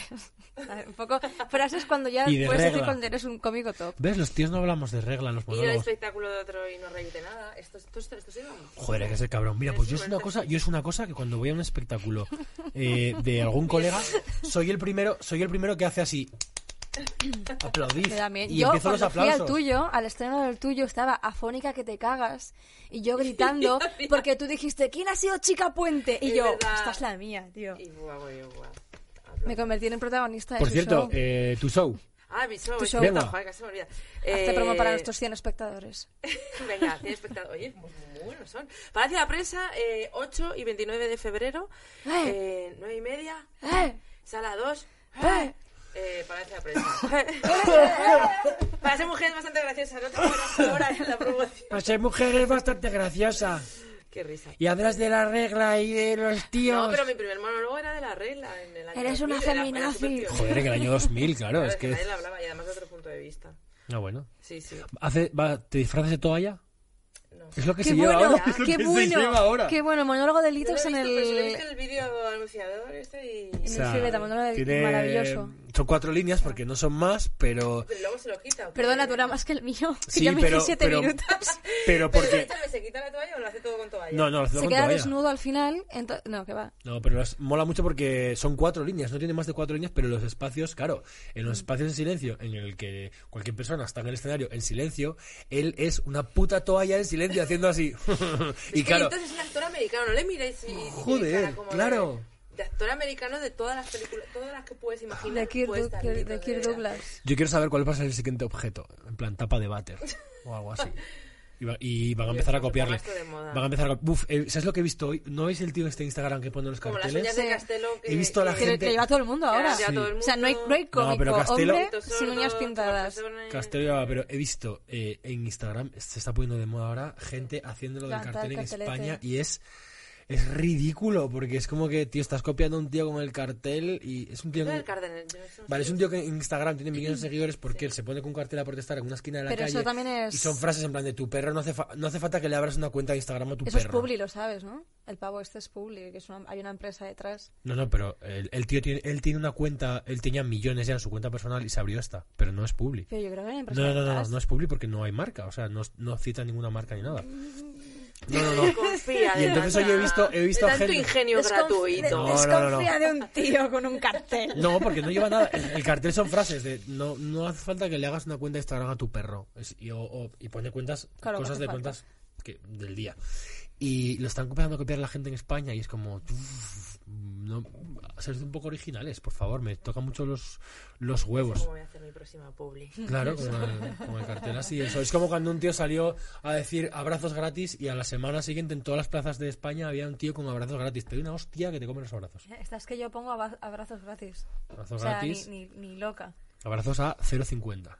A ver, Un poco frases cuando ya
Y de
puedes decir
regla.
cuando eres un cómico top.
¿Ves? Los tíos no hablamos de regla en los
Ir al
monólogos.
espectáculo de otro y no reírte nada. Esto, esto, esto, esto sí, vamos.
Joder, hay que ser cabrón. Mira, pues yo es una cosa, yo es una cosa que cuando voy a un espectáculo eh, de algún colega, soy el primero, soy el primero que hace así. Aplaudid.
Me da miedo.
Y
yo
empiezo los
cuando fui al
aplausos.
tuyo, al estreno del tuyo, estaba afónica que te cagas y yo gritando porque tú dijiste, ¿quién ha sido Chica Puente? Y
Es
yo,
verdad.
esta es la mía, tío.
Y buah, buah, buah.
Me convertí en el protagonista de
Por
su
cierto,
show.
eh, tu show.
Ah, mi show.
Tu
es
show.
cierto,
Venga.
joder, que se me olvida.
Hazte
Eh,
promo para nuestros 100 espectadores.
Venga, tiene espectador. Oye, muy, muy buenos son. Palacio de la Prensa, eh, 8 y 29 de febrero,
Eh.
eh, 9 y media,
¡Eh!
sala 2.
¡Eh!
Eh, Palacio de la Prensa.
Eh.
Para ser mujer es bastante graciosa, no te mueras ahora en la promoción.
Para Pues ser mujer es bastante graciosa.
Qué risa.
Y hablas de la regla y de los tíos.
No, pero mi primer monólogo era de la regla. En el año
Eres una
2000, era- era
feminazi.
supertío.
Joder, en el año 2000, claro,
Claro,
es que...
nadie la hablaba y además de otro punto de vista.
No, bueno.
Sí, sí.
Hace- va, ¿Te disfrazas de toalla?
No.
Es lo que
¡Qué
se
bueno!
lleva ahora. Es lo
¡Qué
que se lleva
bueno!
ahora.
¡Qué bueno! Monólogo de Litos
Yo
en
lo he visto, pero sí lo he visto
el...
en el vídeo anunciador este y...
Sí. Fibeta, Manuela del- maravilloso.
Son cuatro líneas porque no son más, pero...
Pero luego se lo quita. ¿o qué?
Perdona, dura más que el mío. que
Sí,
yo me hice
pero-
siete
pero-
minutos.
Pero
Pero
porque...
escúchame, ¿se quita la toalla o lo hace todo con toalla?
No, no, lo hacemos
Se
con
queda
toalla.
desnudo al final. ento- No, que va.
No, pero las- mola mucho porque son cuatro líneas, no tiene más de cuatro líneas, pero los espacios, claro, en
Mm.
los espacios en silencio, en el que cualquier persona está en el escenario en silencio, él es una puta toalla en silencio haciendo así.
Es
y
que
claro,
Entonces es un actor americano, no le miréis y, y
Joder,
tiene cara como
claro.
De, de actor americano de todas las películas, todas las que puedes imaginar.
De Kirk,
puede
Du-
estar
Kirk-
Litos
de Kirk
Vera.
Douglas.
yo quiero saber cuál va a ser el siguiente objeto, en plan tapa de váter o algo así. Y, va- y van a empezar a
Dios,
copiarle.
esto de moda.
Van a empezar a copiarle. ¿Sabes lo que he visto hoy? ¿No veis el tío este de Instagram que pone los
Como las
carteles?
uñas de Castelo que-
He visto a la
que-
Que lo-
gente.
que lleva todo el mundo
Que
ahora.
ahora lleva todo el
O sea, no hay,
mundo.
no hay
No,
cómico
pero Castelo-
hombre
Litos
sin
sordos,
uñas pintadas.
profesores.
Castel llevaba, pero he visto eh, en Instagram, se está poniendo de moda ahora, gente haciéndolo del
Levantar
cartel en
el cartelete.
España y es es ridículo, porque es como que, tío, estás copiando a un tío con el cartel y es un tío...
Era
que-
el Cardenal, yo no sé.
Vale, es un tío que en Instagram tiene millones de seguidores porque él se pone con un cartel a protestar en una esquina de la
Pero eso
calle.
también es-
Y son frases en plan de tu perro, no hace, fa- no hace falta que le abras una cuenta de Instagram a tu
Eso es
perro.
Publi, lo sabes, ¿no? El pavo este es Publi, que es una- hay una empresa detrás.
No, no, pero el, el tío tiene, él tiene una cuenta, él tenía millones ya en su cuenta personal y se abrió esta, pero no es Publi.
Pero yo creo que hay una empresa
No, no, no, no,
detrás.
no es Publi porque no hay marca, o sea, no, no cita ninguna marca ni nada.
Mm.
No, no, no.
Confía,
Y entonces hoy he visto- he visto
de tanto
gente-
ingenio
Desconf- de-
gratuito.
No, no, no, no.
desconfía de un tío con un cartel.
No, porque no lleva nada. El, el cartel son frases de no, no hace falta que le hagas una cuenta de Instagram a tu perro. Es- y, o- o- y pone cuentas,
Claro,
cosas
hace
de
falta.
cuentas que, del día. Y lo están copiando a copiar la gente en España y es como. uff, no, sed un poco originales, por favor. Me tocan mucho los, los huevos.
¿Cómo voy a hacer mi próxima publi?
Claro, con el, con el cartel así. Eso. Es como cuando un tío salió a decir abrazos gratis y a la semana siguiente en todas las plazas de España había un tío con abrazos gratis. Te doy una hostia que te comen los abrazos.
Estas que yo pongo aba- abrazos gratis.
Abrazos
O sea, ni,
gratis.
ni, ni loca.
Abrazos a 0,50.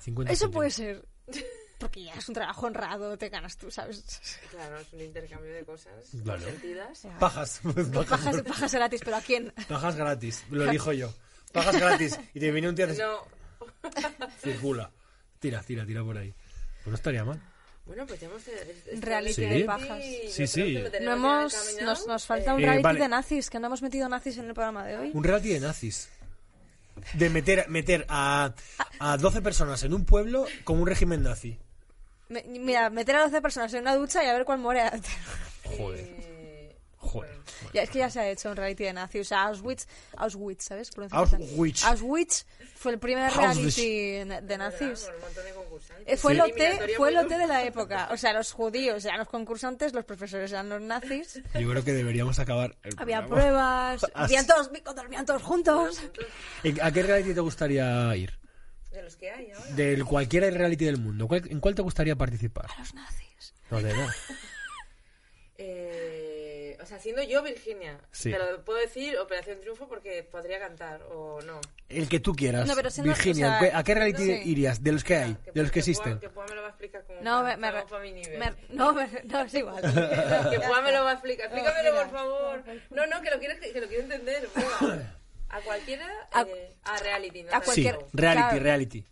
50
Eso puede
céntimos.
ser. Porque ya es un trabajo honrado, te ganas tú, ¿sabes?
Claro, es un intercambio de cosas
Claro.
sentidas.
Pajas. pues, Pajas,
Pajas, pajas gratis, pero ¿a quién?
pajas gratis. Lo dijo yo. Pajas gratis. Y te viene un tío y haces,
No.
circula. Tira, tira, tira por ahí. Pues no estaría mal.
Bueno, pues ya hemos... eh, es- es-
Reality
Sí. de
pajas.
yo
Sí,
creo
sí.
que lo
No
tenemos ya
hemos,
encaminado.
nos, nos falta un
Eh,
reality
vale.
de nazis, que no hemos metido nazis en el programa de hoy.
Un reality de nazis. De meter, meter a, a 12 personas en un pueblo con un régimen nazi.
Me- mira, meter a 12 personas en una ducha y a ver cuál muere. antes.
Joder.
Eh,
Joder.
ya, es que ya se ha hecho un reality de nazis. O sea, Auschwitz, Auschwitz ¿sabes? Pronuncia
Auschwitz.
alemán. Auschwitz fue el primer
Auschwitz.
reality na- de nazis.
Con un montón de concursantes.
Eh, Fue el,
Sí.
OT,
Eliminatoria
fue el
muy
OT de la época. O sea, los judíos eran los concursantes, los profesores eran los nazis.
Yo creo que deberíamos acabar. el
Había
programa.
pruebas,
As-
dormían todos, dormían todos juntos.
¿En- ¿A qué reality te gustaría ir?
De los que hay ahora.
De cualquier reality del mundo. ¿Cuál- ¿En cuál te gustaría participar?
Los nazis.
No, de verdad.
Eh, o sea, siendo yo Virginia,
Sí.
te lo puedo decir Operación Triunfo porque podría cantar o no.
El que tú quieras.
No, pero siendo-
Virginia,
o sea,
¿en qué- ¿a qué reality
sí.
irías? De los que hay, de los que
Pua-
existen.
Que Pua me lo va a explicar como
No, me,
para-
me,
como para mi nivel.
me- no, me- no, es igual.
Que Pua me lo va a explicar. Explícamelo,
mira.
por favor. No, no, que lo quiero, que lo quiero entender. Pua. A cualquiera,
A-
eh, a reality, ¿no?
a
Reality.
Sí,
cualquier-
reality,
claro.
reality.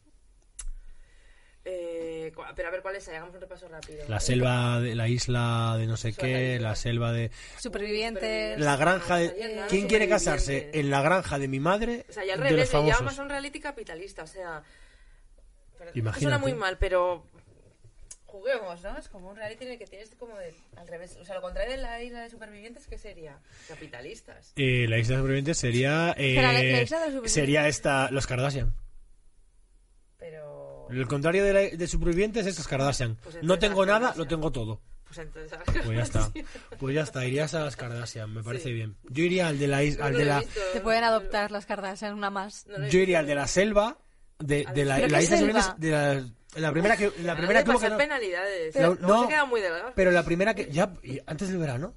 Eh, cua- pero a ver cuáles hay, hagamos un repaso rápido. Eh,
La selva de la isla de no sé qué, la selva de...
Supervivientes.
La granja de...
Supervivientes.
¿Quién quiere casarse? En la granja de mi madre,
O sea, ya al
de los
revés, ya más
famosos.
un reality capitalista, o sea... pero-
Imagínate.
Suena muy mal, pero juguemos, ¿no? Es como un reality en el que tienes como de, al revés, o sea, lo contrario de la isla de supervivientes, ¿qué sería? Capitalistas.
Eh, la isla de los supervivientes sería... eh,
Espera, la- la isla de los supervivientes.
sería esta... Los Kardashian.
Pero...
El contrario de, la- de supervivientes es los Kardashian.
Pues
No
entonces
tengo
las
nada,
Kardashian.
lo tengo todo.
Pues entonces...
Pues ya está. Pues ya está, irías a las Kardashian, me parece
Sí.
bien. Yo iría al de la isla... Al
No
de
lo he
la...
visto,
Te pueden adoptar las Kardashian, una más.
no lo he
Yo
visto.
iría al de la selva, de, de la,
¿Pero
la
qué
isla
selva?
Sorbetes, de la, la primera que la
Ah,
primera
de
que hubo que
pasar
no-
penalidades.
La-
Luego
no,
se queda muy delgado.
Pero la primera que ya y antes del verano.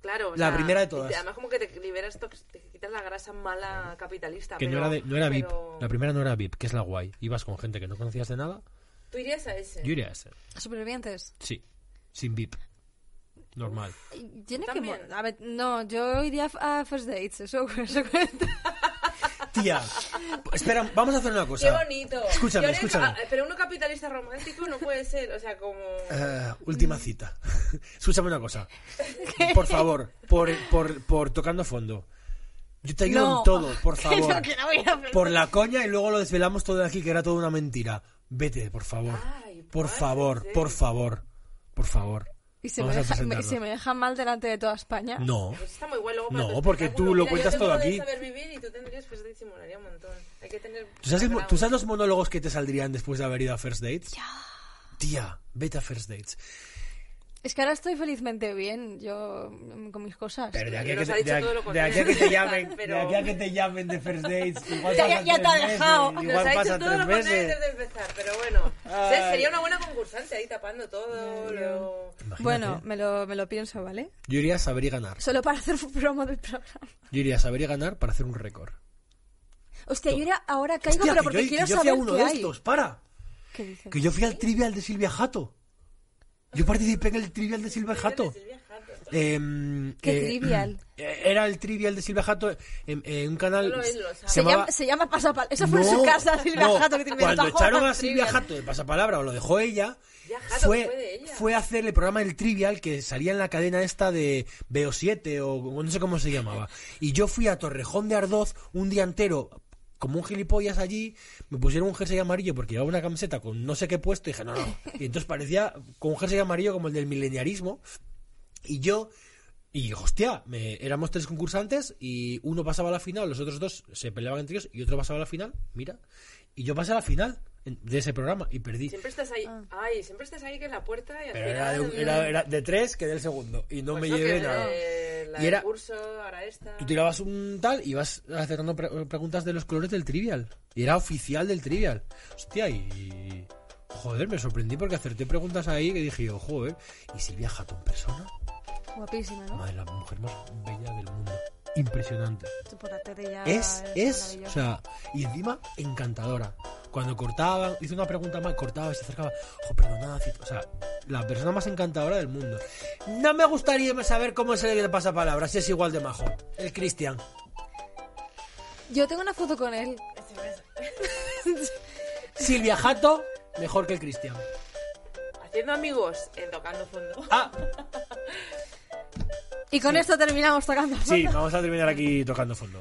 Claro, o
la
sea,
primera de
y
todas.
te- Además como que te liberas, tox- te quitas la grasa mala capitalista.
Que no
Ah, pero-
era de- no era VIP,
pero-
la primera no era VIP, que es la guay. Ibas con gente que no conocías de nada.
Tú irías a ese.
Yo iría a ese.
Supervivientes.
Sí, sin VIP. Normal.
Tiene que
También.
mo- a ver, no, yo iría a First Dates, eso, eso cuenta.
Tía, espera, vamos a hacer una
Qué
cosa.
bonito.
Escúchame,
Yo no-
escúchame.
ah, Pero uno capitalista romántico no puede ser, o sea, como...
Eh,
Mm.
última cita. Escúchame una cosa. Por favor, por, por, por tocando fondo. Yo te ayudo
No.
en todo, por
Que
favor.
no, que no voy a hablar.
por la coña y luego lo desvelamos todo de aquí que era toda una mentira. Vete, por favor.
Ay,
por
padre,
favor,
sí.
por favor. Por favor.
Y se me,
Vamos a
deja, me-
presentarlo.
si me dejan mal delante de toda España.
No.
Pues está muy guay luego para
No,
tu
porque
espectáculo.
tú lo
Mira,
cuentas
yo tengo
todo
de
aquí.
saber vivir y tú tendrías pues te simularía un montón. Hay que tener...
¿Tú sabes, el mo-
background.
tú sabes los monólogos que te saldrían después de haber ido a First Dates? Tía, vete a First Dates.
Es que ahora estoy felizmente bien, yo mm, con mis cosas.
Pero de aquí a
Pero
que
nos ha
te,
dicho
de aquí-
todo lo
de aquí a que te
contrario.
llamen,
Pero-
de aquí a que te llamen de First Dates. Igual
Ya-
pasan
ya te
tres
ha
meses,
dejado.
Igual
Nos ha hecho
pasan
todo lo
tres
contrario
meses.
desde empezar, pero bueno.
Ay.
Sí, Sería una buena concursante ahí tapando todo. lo-
Imagínate.
Bueno, me lo, me lo pienso, ¿vale?
yo iría a saber y ganar.
Solo para hacer un promo del programa.
Yo iría a saber y ganar para hacer un récord.
Hostia, yo era- ahora caigo,
Hostia,
pero
que yo-
porque
que
quiero
yo fui
saber
a uno
qué
de
hay.
estos, para.
¿Qué dices?
Que yo fui al trivial de Silvia Jato. Yo participé en el trivial de Silvia Jato.
Silvia Jato.
em,
Qué
eh,
trivial.
eh, Era el trivial de Silvia Jato en, en un canal.
Solo él lo sabe.
se
Se,
llamaba-
llama, se llama Pasapal. Esa fue en
No,
su casa, Silvia
no,
Jato, que te inventó
Cuando echaron a
juegos
Silvia
trivial.
Jato de pasapalabra o lo dejó ella,
Ya, Jato, que
fue,
fue de ella.
fue a hacer el programa El Trivial que salía en la cadena esta de BO7 o no sé cómo se llamaba. Y yo fui a Torrejón de Ardoz un día entero. Como un gilipollas allí, me pusieron un jersey amarillo porque llevaba una camiseta con no sé qué puesto y dije, no, no. Y entonces parecía con un jersey amarillo como el del mileniarismo. Y yo, y hostia, me- éramos tres concursantes y uno pasaba a la final, los otros dos se peleaban entre ellos y otro pasaba a la final, mira. Y yo pasé a la final en- de ese programa y perdí.
Siempre estás ahí. Ay, siempre estás ahí que en la puerta y al
Pero
final,
era de, un- era- era de tres, quedé el segundo y no
pues
me
no,
llevé
que
nada.
de La
Y era-
del curso, ahora esta.
Tú tirabas un tal y vas acertando pre- preguntas de los colores del trivial. Y era oficial del trivial. Hostia, y. Joder, me sorprendí porque acerté preguntas ahí que dije yo, joder. ¿Y Silvia Jato en persona?
Guapísima, ¿no?
Madre, la mujer más bella del mundo. Impresionante.
Tú por la tele ya
es,
Ah, eres
es, o
maravillosa.
sea, y encima encantadora. Cuando cortaba, hizo una pregunta más, cortaba y se acercaba. Ojo, perdonad, y- o sea, la persona más encantadora del mundo. No me gustaría saber cómo es el que le pasa palabras, si es igual de majo. El Cristian.
Yo tengo una foto con él.
Silvia Jato, mejor que el Cristian.
Haciendo amigos, eh, tocando fondo.
Ah,
Y con esto terminamos tocando.
sí, vamos a terminar aquí tocando fondo.